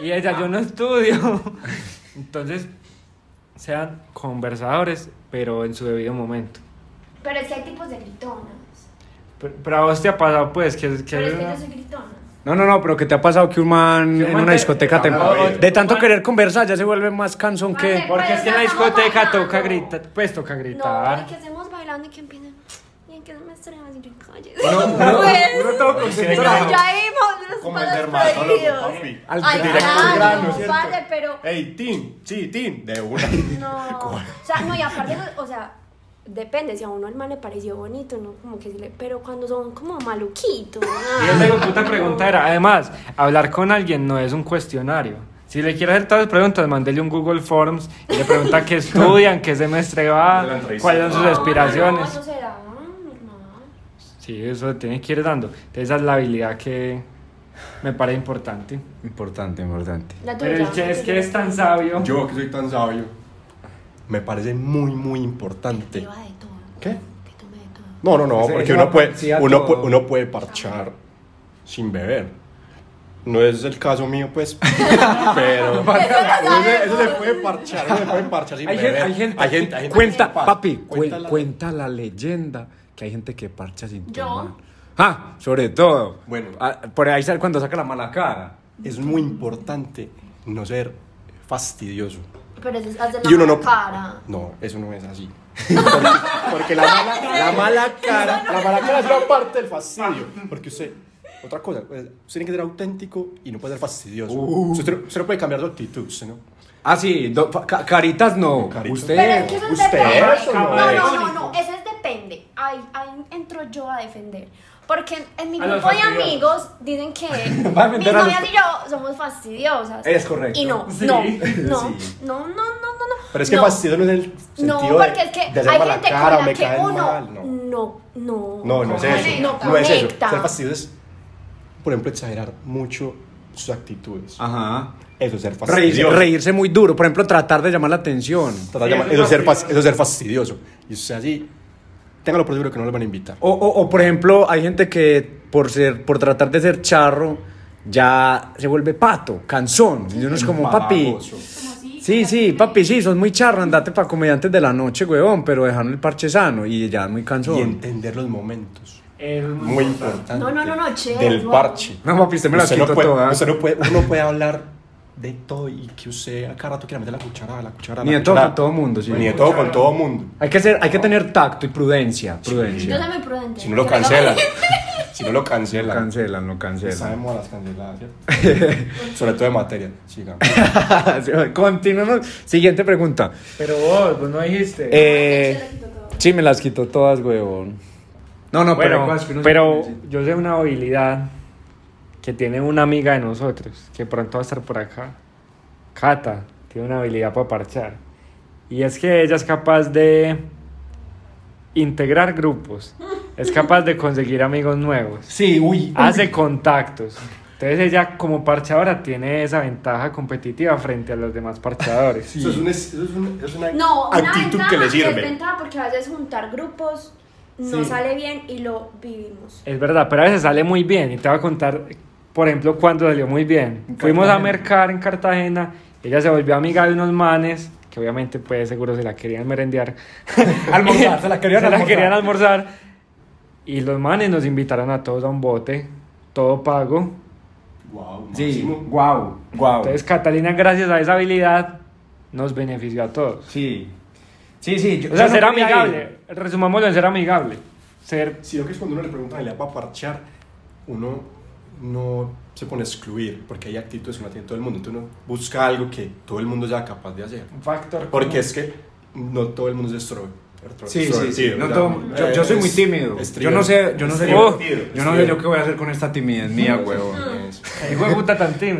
B: y ella, yo no estudio. Entonces, sean conversadores, pero en su debido momento.
E: Pero es que hay tipos de gritonas.
B: Pero, pero a vos te ha pasado, pues, que, que
E: Pero es que yo soy gritona.
A: No, no, no, pero ¿qué te ha pasado que un man
B: Que un
A: en
B: man
A: una
B: te-
A: discoteca te...
F: Ah, bueno.
A: De tanto querer conversar ya se vuelve más cansón que...
E: Vale.
B: Porque es que en la
E: Pero estamos
B: discoteca
E: bailando.
B: toca gritar, pues toca
E: No,
B: gritar.
E: que hacemos bailando y que empiezan. Y en que me estrenan así en calles.
G: Pues,
E: ya vimos los
F: Como el
E: palos
F: dermatólogo,
E: prohibidos.
F: papi.
A: Al
E: Ay,
A: directo al grano,
E: claro,
A: ¿cierto?
E: vale, pero
B: Eh,
F: Ey, Tim, sí, Tim, de una.
E: no. O sea, no, y aparte, o sea, depende, si a uno el man le pareció bonito, ¿no? Como que sí le- Pero cuando son como maluquitos. ah.
B: Y esa hijo de puta pregunta era, además, hablar con alguien no es un cuestionario. Si le quieres hacer todas las preguntas, mándele un Google Forms y le pregunta qué estudian, qué semestre va,
F: La entrevista.
B: cuáles son sus aspiraciones.
E: No, eso se da, normal.
B: Sí, eso tiene que ir dando. Entonces, esa es la habilidad que me parece importante.
A: Importante, importante.
E: La tuya.
B: Pero el che es que es tan sabio.
F: Yo que soy tan sabio. Me parece muy, muy importante.
E: Lleva de todo.
F: ¿Qué?
E: Que tome de todo.
F: No, no, no,
A: Ese-
F: porque
A: ese
F: uno
A: va
F: puede,
A: parcial
F: uno,
A: todo.
F: puede, uno puede parchar sin beber. No es el caso mío, pues. pero. Eso, se- eso se puede parchar. Eso se puede parchar. sin
A: Hay
F: beber.
A: gente, hay gente,
F: Hay gente- hay gente
A: cuenta,
F: que pa-
A: papi, cu- cuenta
F: cuéntala.
A: la... leyenda que hay gente que parcha sin
E: Yo.
A: tomar. Ah, sobre todo.
F: Bueno.
A: Ah, por ahí sale cuando saca la mala cara.
F: Es muy importante no ser fastidioso.
E: Pero eso es hacer
F: Y uno
E: la mala
F: no.
E: cara.
F: No, eso no es así. porque, porque la, mala, la mala cara, la mala cara es la parte del fastidio. Porque usted, otra cosa, pues, usted tiene que ser auténtico y no puede ser fastidioso.
E: Uh.
F: Usted, no- usted no puede cambiar de actitud, usted no.
A: Ah, sí, do- fa- ca- caritas no.
F: Caritas.
A: Usted.
E: Pero es que eso es
F: Eh, usted,
E: depende.
F: eso
E: no,
F: no
E: no,
F: es.
E: no, no, ese es depende. Ahí, ahí entro yo a defender. Porque en- en mi
B: A los
E: grupo de
B: fastidiosos.
E: amigos dicen que
A: Va a
E: mis
A: meter a los-
E: novias y yo somos fastidiosas.
A: Es correcto.
E: Y no,
B: Sí.
E: no, no,
F: Sí.
E: no, no, no, no, no.
F: Pero es que
E: no.
F: fastidioso no es el sentido
E: No,
F: de-
E: porque es que
F: de hacer
E: hay
F: mala
E: gente
F: cara o
E: con la
F: me
E: que
F: caen
E: uno
F: mal, no.
E: no, no,
F: No, no es eso.
E: no
F: No, es eso.
E: conecta.
F: Ser fastidioso es, por ejemplo, exagerar mucho sus actitudes.
E: Ah.
A: Ajá.
F: Eso es ser
A: Reírse,
F: fastidioso.
A: reírse muy duro. Por ejemplo, tratar de llamar la atención.
F: Tratar de
B: Sí, eso
F: llamar-
B: es
F: eso, es ser fas-
B: fastidioso.
F: eso es ser fastidioso. Y usted así, téngalo por seguro que no lo van a invitar.
A: O, o- o, por ejemplo, hay gente que por ser, por tratar de ser charro, ya se vuelve pato, canzón. Y uno es como, papi.
F: Empalagoso.
A: Sí, sí, papi, sí, sos muy charro, andate para comediantes de la noche, huevón, pero dejan el parche sano y ya es muy cansón.
F: Y entender los momentos.
B: Es
F: Muy importante.
E: No, no, no, no, che,
F: Del
E: no.
F: parche.
A: No, papi, usted me la
F: Usted
A: quitó
F: no puede,
A: toda.
F: usted no puede- uno puede hablar de todo y que usted a cada rato quiera meter la cuchara, la cuchara.
A: Ni
F: la
A: de todo
F: cuchara.
A: con todo mundo, sí.
F: Ni de todo con todo mundo.
A: Hay que, ser, hay que tener tacto y prudencia,
E: Yo
A: prudencia.
E: soy muy prudente.
F: Si no lo cancelan. si no lo cancelan.
A: Cancelan, lo cancelan.
F: Sabemos a las canceladas, ¿cierto? Sobre todo en materia. Sigamos.
A: Continuamos. Siguiente pregunta.
B: Pero vos, vos no dijiste.
A: Eh, sí, me las quitó todas, huevón. No, no, pero hay
B: Bueno,
A: cosas que uno se
B: pero
A: puede decir.
B: yo sé una habilidad que tiene una amiga de nosotros, que pronto va a estar por acá. Cata tiene una habilidad para parchar. Y es que ella es capaz de integrar grupos, es capaz de conseguir amigos nuevos,
A: Sí, uy. Ah,
B: hace contactos. Entonces ella como parchadora tiene esa ventaja competitiva frente a los demás parchadores.
F: Eso es, un- eso es un- es una
E: No, una
F: actitud
E: ventaja,
F: que le sirve.
E: desventaja, porque a veces juntar grupos no sale bien y lo vivimos.
B: Es verdad, pero a veces sale muy bien. Y te voy a contar, por ejemplo, cuando salió muy bien. Fuimos a mercar en Cartagena, ella se volvió amiga de unos manes, que obviamente pues seguro se la querían merendear.
A: Almorzar, se la querían
B: Se
A: almorzar.
B: querían almorzar. Y los manes nos invitaron a todos a un bote, todo pago.
F: Wow,
A: Sí, guau, guau.
B: Entonces Catalina, gracias a esa habilidad, nos benefició a todos.
A: Sí. Sí, sí. yo-
B: O sea,
A: yo no
B: ser
A: quería ir.
B: amigable, resumámoslo en ser amigable. Ser
F: Si lo que es cuando uno le pregunta a para parchar, uno no se pone a excluir, porque hay actitudes que no tiene todo el mundo. Entonces uno busca algo que todo el mundo sea capaz de hacer.
B: un factor.
F: Porque
B: común.
F: es que no todo el mundo es extro- extro-
A: Sí, sí, sí.
F: extrovertido,
A: No
F: o sea,
A: tomo- yo, yo soy muy
F: es-
A: tímido.
F: es
A: Yo no sé, yo no sé, yo,
F: Extrovertido.
A: yo no sé yo qué voy a hacer con esta timidez mía, Oh, huevón.
F: Es-
B: Hijo de puta tan tímido.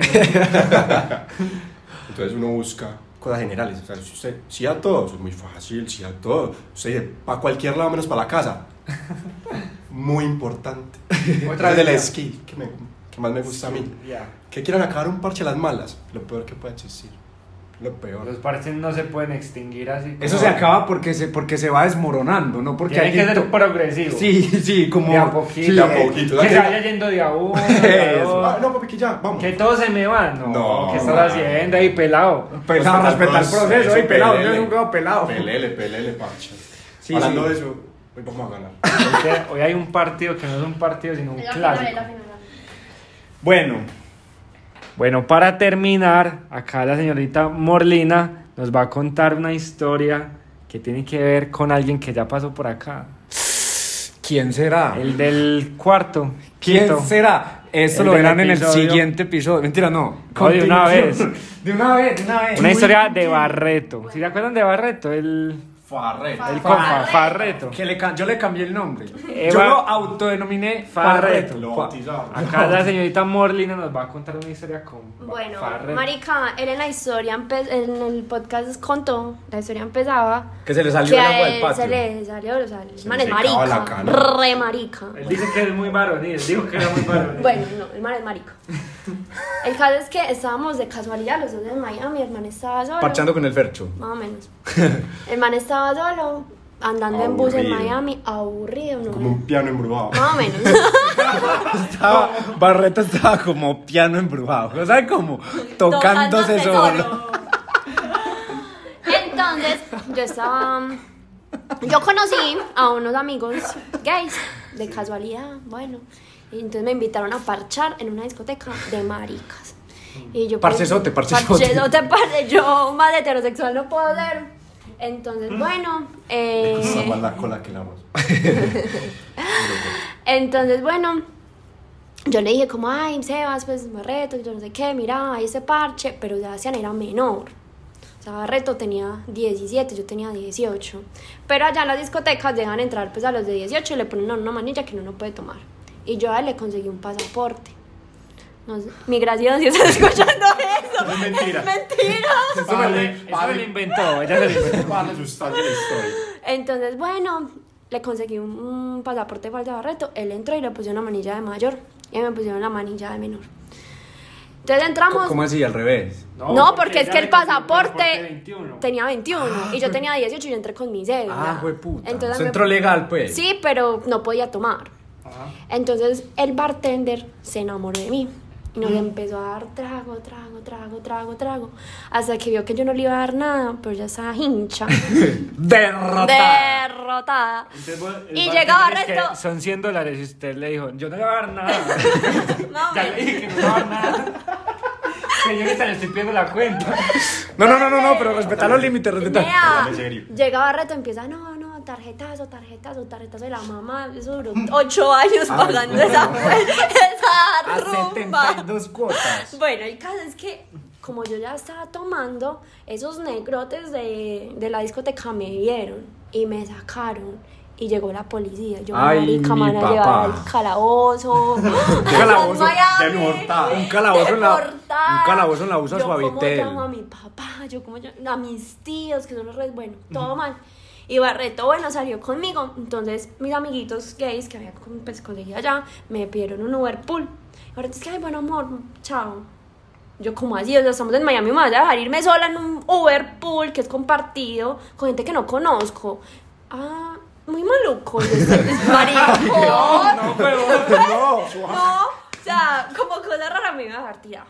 F: Entonces uno busca cosas generales. O sea, si usted, sí a todos, es muy fácil, sí a todos. Usted para cualquier lado menos para la casa. Muy importante. Otra de la esquí, que, me- que más me
B: Pues,
F: gusta a mí. Que quieran acabar un parche a las malas. Lo peor que puede existir. Lo
B: Los
F: peor.
B: parches no se pueden extinguir así.
A: Eso se acaba porque se, porque se va desmoronando, no porque
B: Tiene que
A: alguien
B: ser
A: to-
B: progresivo.
A: Sí, sí, como
B: de a poquito.
A: Sí,
F: de a poquito.
B: Que se vaya yendo de a uno. de a
A: Eso.
B: dos.
F: Ah, no, papi, que ya, vamos.
B: Que todo se me va. No.
F: No,
B: ¿Qué estás
F: no.
B: haciendo ahí, pelado?
A: Pensaba respetar el
F: Respetar
A: proceso,
F: proceso,
A: ey, pelado, yo
F: pelele.
A: soy un juego pelado.
F: Pelele, pelele, parche.
A: Sí,
F: Hablando
A: sí.
F: de eso, hoy vamos a ganar.
B: Es que Hoy hay un partido que no es un partido, sino un
E: Es la final, es
B: clásico.
E: la final.
A: Bueno,
B: Bueno, para terminar, acá la señorita Morlina nos va a contar una historia que tiene que ver con alguien que ya pasó por acá.
A: ¿quién será?
B: El del cuarto.
A: ¿Quién
B: quinto.
A: será? Esto
B: El
A: lo
B: del
A: verán en el
B: episodio.
A: siguiente episodio. Mentira, no.
B: No, de una
A: Continuación. De una vez, de una vez.
B: Una historia de Barreto. ¿Sí se acuerdan de Barreto? El,
A: Farreto.
B: el compa, Farreto.
A: Que le ca- yo le cambié el nombre.
B: Eva-
A: yo lo autodenominé Farreto.
F: Lo
A: Fa-
F: bautizaron.
B: Acá la señorita Morlina nos va a contar una historia con Fa-
E: Bueno,
B: Farreto.
E: Marica, él en la historia, empe- en el podcast contó, la historia empezaba.
A: Que se le salió
E: que
A: el
E: a
A: agua del
E: él
A: patio.
E: Se le salió, o sea, el
F: Se
E: man
F: le
E: es
F: secaba la
E: marica.
F: cana.
E: Re marica.
B: Él dice que es muy varonil, él dijo que era muy varonil.
E: Bueno, no, el man es marica. El caso es que estábamos de casualidad los dos en Miami, el man estaba solo.
A: Parchando con el Fercho.
E: Más o menos. El man estaba solo andando en bus en
F: Aburrido.
E: Miami, aburrido, ¿no?
F: Como un piano embrujado.
E: Más o menos.
A: Estaba- Barreto estaba como piano embrujado, o sea, como tocándose solo.
E: Entonces, yo estaba. Yo conocí a unos amigos gays, de casualidad, bueno. Y entonces me invitaron a parchar en una discoteca de maricas. Y yo, pues,
A: Parcesote, parcesote.
E: Parcesote, parce- yo más heterosexual no puedo ser. Entonces, bueno. eh,
F: Está Mm. más la cola que la voz.
E: entonces, bueno, yo le dije como, ay, Sebas, pues Barreto, yo no sé qué, mira, ahí ese parche, pero Sebastián era menor. O sea, Barreto tenía 17, yo tenía 18. Pero allá en las discotecas dejan entrar pues a los de 18 y le ponen a uno una manilla que uno no puede tomar. Y yo a él le conseguí un pasaporte. No sé, mi gracia si estás escuchando eso. Es mentira. mentira.
F: Vale,
B: Eso lo inventó, ella se lo inventó.
F: Vale, sustancia la historia.
E: Entonces, bueno, le conseguí un, un pasaporte falso a Barreto. Él entró y le pusieron una manilla de mayor. Y a mí me pusieron la manilla de menor. Entonces entramos.
A: ¿Cómo así? Al revés.
E: No, porque es que el pasaporte
B: 21.
E: tenía 21 y yo tenía 18 y yo entré con mi cédula.
A: pues- Ah, puta.
E: Entonces me-
A: Centro legal, pues.
E: Sí, pero no podía tomar. Entonces el bartender se enamoró de mí y nos
A: Ah.
E: empezó a dar trago, trago, trago, trago, trago. Hasta que vio que yo no le iba a dar nada, pero ya estaba hincha,
A: Derrota.
E: derrotada.
B: Entonces, vos- el
E: Y
B: bartender
E: llegaba
B: es que
E: Resto.
B: Son 100 dólares y usted le dijo, yo no le voy a dar nada.
G: No,
B: ya le dije que no le voy a dar nada. Señorita, le estoy pidiendo la cuenta.
A: No, no, no, no, no, pero respetar los límites, respetar.
E: Nea,
F: Dame serio.
E: llegaba reto, empieza, no, no, tarjetazo, tarjetazo, tarjetazo de la mamá. Eso duró ocho años
B: Ah,
E: pagando esa, esa rumba.
A: cuotas.
E: Bueno, el caso es que, como yo ya estaba tomando, esos negrotes de, de la discoteca me vieron y me sacaron. Y llegó la policía. Yo
A: Ay,
E: me
A: mi
E: van a llevar
A: papá.
E: al calabozo.
A: calabozo
E: Miami.
F: deportado.
A: Un calabozo en la-
E: Deportada.
A: un calabozo en la USA
E: Yo cómo
A: Suavitel.
E: llamo a mi papá, yo como llamo- a mis tíos, que son los reyes, bueno, todo mal. Y Barreto, bueno, salió conmigo. Entonces, mis amiguitos gays que había con- pues, conseguido allá, me pidieron un Uber pool. Y Barreto es que, ay, bueno, amor, chao. Yo, como así, o sea, estamos en Miami, me vas a dejar irme sola en un Uber pool que es compartido con gente que no conozco. Ah, muy maluco. yo, maricón.
B: No, pero
E: No, o sea, como cosa rara me iba a dejar tirada.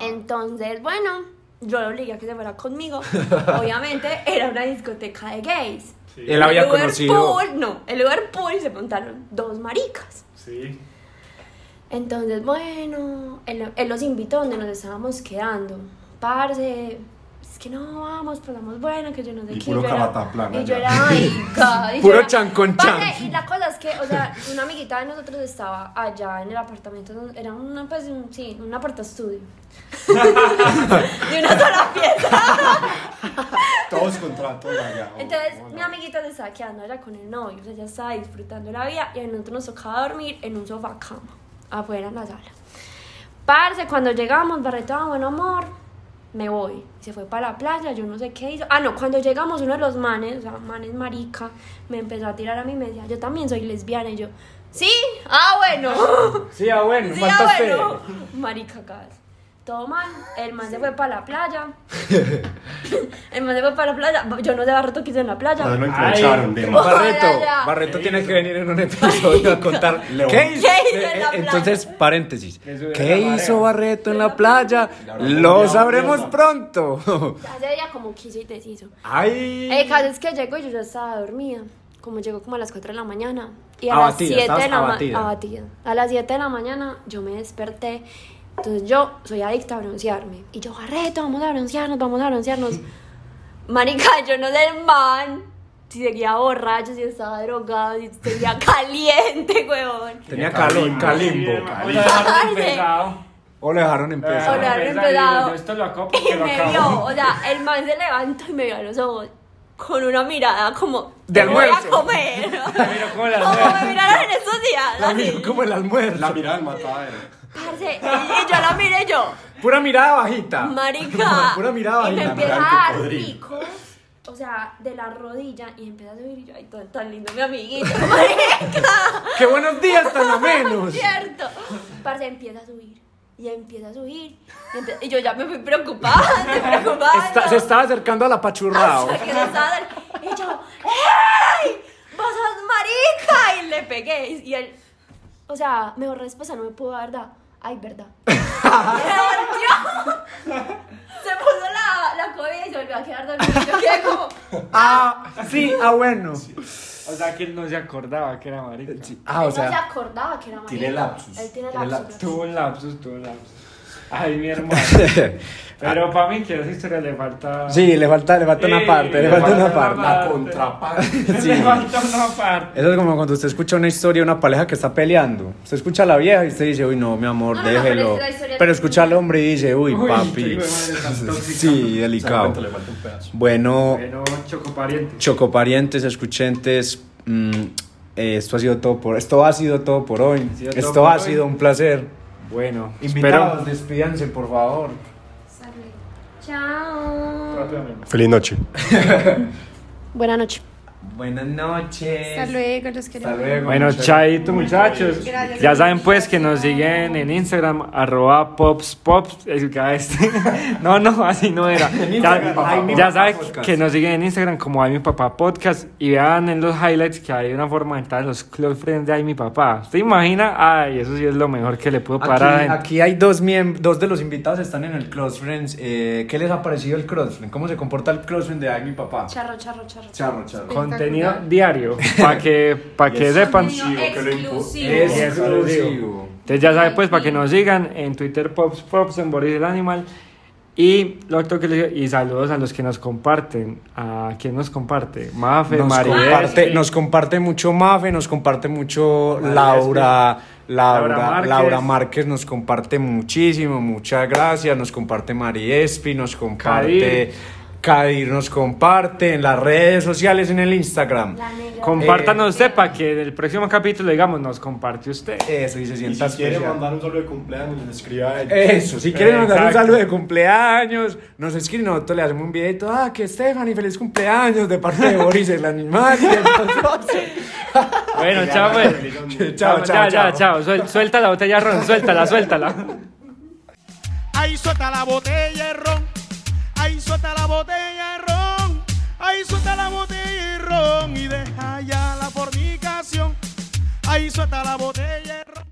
E: Entonces, bueno, yo le obligué a que se fuera conmigo. Obviamente, era una discoteca de gays.
A: Él había
E: el Uber
A: conocido.
E: Pool, no, el Uber Pool se montaron dos maricas.
B: Sí.
E: Entonces, bueno, él, él los invitó donde nos estábamos quedando. Parce, es que no vamos, pasamos bueno, que yo no sé
F: Y
E: qué.
F: puro
E: yo era-
F: cabata plana
E: Y yo
F: ya.
E: era, ay, God", y yo
A: Puro
E: era-
A: chan con
E: Parce,
A: chan.
E: Y la cosa es que, o sea, una amiguita de nosotros estaba allá en el apartamento, donde- era una, pues, un- sí, un aparta estudio. de una sola pieza.
F: Todos contratos allá.
E: Entonces,
F: Hola.
E: mi amiguita se estaba quedando allá con el novio, o sea, ella estaba disfrutando la vida y a nosotros nos tocaba dormir en un sofá cama, afuera en la sala. Parce, cuando llegamos, Barreto, ah, bueno, amor, me voy. Y se fue para la playa, yo no sé qué hizo. Ah, no, cuando llegamos, uno de los manes, o sea, manes marica, me empezó a tirar a mí y me decía, yo también soy lesbiana. Y yo, ¿sí? Ah, bueno.
B: Sí, ah, bueno,
E: Sí,
B: falta
E: ah,
B: usted.
E: bueno. Marica, cas. Todo mal. El man se fue para la playa. El man se fue para la playa. Yo no sé Barreto que hizo en la playa.
F: Ahora lo encrocharon de
E: Ay.
F: más.
A: Barreto,
E: Ojalá ya.
A: Barreto tiene que venir en un episodio a contar
F: León.
A: qué hizo.
E: ¿Qué hizo en
A: Eh,
E: la
A: eh, Entonces, paréntesis.
B: subió
A: ¿Qué
B: la marea.
A: hizo Barreto en la playa? Lo
F: León,
A: sabremos
F: León.
A: pronto.
E: Hace ella como quiso y deshizo. El
A: Ay.
E: caso es que llegó y yo ya estaba dormida. Como llegó como a las 4 de la mañana. Y a
A: Abatida,
E: las 7 de
A: estabas
E: la
A: abatida.
E: mañana. A las 7 de la mañana yo me desperté. Entonces yo soy adicta a broncearme. Y yo, Barreto, vamos a broncearnos, vamos a broncearnos. Marica, yo no sé el man. Si seguía borracho, si estaba drogado, si seguía caliente, huevón.
A: Tenía calor, calimbo.
B: Hola, Arno, empezado.
A: O lo dejaron
B: Ah,
E: O
A: empezar.
E: lo dejaron
B: Empezado,
E: empezado.
B: yo Esto lo acabo
E: Y
B: porque lo
E: me
B: acabo.
E: vio, o sea, el man se levantó y me vio a los ojos con una mirada como
A: De
E: "Te voy
A: almuerzo".
E: a comer.
B: Pero ¿cómo la
E: Como me miraron en esos días.
A: La
E: así.
A: miró como el almuerzo.
F: La mirada del matadero.
E: Parce, y yo la miré yo,
A: Pura mirada bajita.
E: marica.
A: Ah, Pura mirada
E: Y me
A: bajita.
E: empieza a
F: mirada del
E: dar
F: cocodrilo.
E: picos, o sea, de la rodilla y empieza a subir y yo, ay, tan, tan lindo mi amiguito, marica.
A: ¡Qué buenos días tan amenos!
E: Cierto. Parce, empieza a subir. Y empieza a subir. Y, empe- y yo ya me fui preocupada, preocupada. Ah,
A: Está- se estaba acercando al apachurrado.
E: que no estaba del- Y yo, ¡eh! marica! Y le pegué. Y, y él, o sea, mejor respuesta no me pudo dar, ¿verdad? Ay, ¿verdad? se volvió. Se puso la, la COVID y se volvió a quedar dormido. Yo quedé como,
A: Ah, sí, ah, bueno.
B: O sea, que él no se acordaba que era marica.
A: Ah, o
E: él no se
A: sea,
E: acordaba que era marica.
F: Tiene lapsus.
E: Él tiene
F: Tiene
E: lapsus.
F: lapsus.
E: claro.
B: Tuvo un lapsus, tuvo un lapsus. Ay, mi hermano. Pero para mí que a esa historia le falta...
A: sí, le falta, le falta una
B: Sí,
A: parte, le
B: le
A: falta una
B: falta
A: parte.
B: una
F: La contraparte.
B: Le falta una parte.
A: Eso es como cuando usted escucha una historia de una pareja que está peleando. Usted escucha a la vieja y usted dice, uy, no, mi amor,
E: No, no, no, pero
A: déjelo.
E: es la historia-
A: pero escucha al hombre y dice, uy,
B: Uy, qué
A: papi.
B: hijo de madre tan tóxica.
A: sí,
F: Se da cuenta,
A: delicado.
F: le falta un pedazo.
A: Bueno,
B: Pero chocopariente.
A: chocoparientes, escuchentes, mm, eh, esto ha sido todo por esto ha sido todo por hoy.
B: sido todo
A: esto
B: por
A: ha
B: hoy.
A: sido un placer.
B: Bueno,
A: Invitados,
B: espero...
A: despídanse, por favor.
E: Chao.
B: Rápidamente.
F: Feliz noche.
E: Buenas noches.
A: Buenas noches.
G: Hasta luego, los queremos.
B: Bueno, chaito muchachos.
G: Gracias.
B: Ya saben pues que nos siguen en Instagram, arroba pops pops, el que a este. No, no, así no era.
A: Instagram, Ay,
B: Ya,
A: mi
B: ya
A: papá
B: saben
A: podcast.
B: que nos siguen en Instagram como Ay Mi Papá Podcast y vean en los highlights que hay una forma de entrar a los club friends de Ay Mi Papá. ¿Te imaginas? Ay, eso sí es lo mejor que le puedo parar.
A: Aquí,
B: en-
A: aquí hay dos miemb- dos de los invitados están en el Close Friends. Eh, ¿Qué les ha parecido el Close Friends? ¿Cómo se comporta el Close Friend de Ay, mi papá?
E: Charro, charro, charro.
A: Charro, charro.
E: Pues
B: Contenido diario, para que, pa que sepan.
G: exclusivo.
A: Es
B: Eso lo digo.
A: exclusivo.
B: Entonces ya saben pues para que nos sigan en Twitter Pops Pops en Boris el Animal y lo otro que les digo, y saludos a los que nos comparten, a quien nos comparte, Mafe,
A: Nos
B: María,
A: comparte, nos comparte mucho Mafe, nos comparte mucho
B: María
A: Laura, Laura,
B: Laura
A: Laura Márquez.
B: Márquez.
A: nos comparte muchísimo, muchas gracias, nos comparte Mari Espi, nos comparte Kadir, nos comparte en las redes sociales, en el Instagram.
E: La negra.
A: Eh.
B: compártanos usted para que en el próximo capítulo digamos nos comparte usted.
A: Eso, y se
F: Y
A: sienta
F: si quiere
A: especial.
F: mandar un saludo de cumpleaños, le escriba a él.
A: Eso, si quieren mandar un
B: Exacto.
A: saludo de cumpleaños, nos escriben, nosotros le hacemos un videito, ah, que Stephanie, feliz cumpleaños de parte de Boris el animal. y de nosotros.
B: Bueno, chao pues.
A: chao,
B: ya,
A: chao,
B: ya,
A: chao.
B: chao. Suel- suelta la botella ron, suéltala, suéltala.
C: Ahí suelta la botella de ron. Ahí suelta la botella de ron. Ahí suelta la botella de ron. Y deja ya la fornicación. Ahí suelta la botella de ron.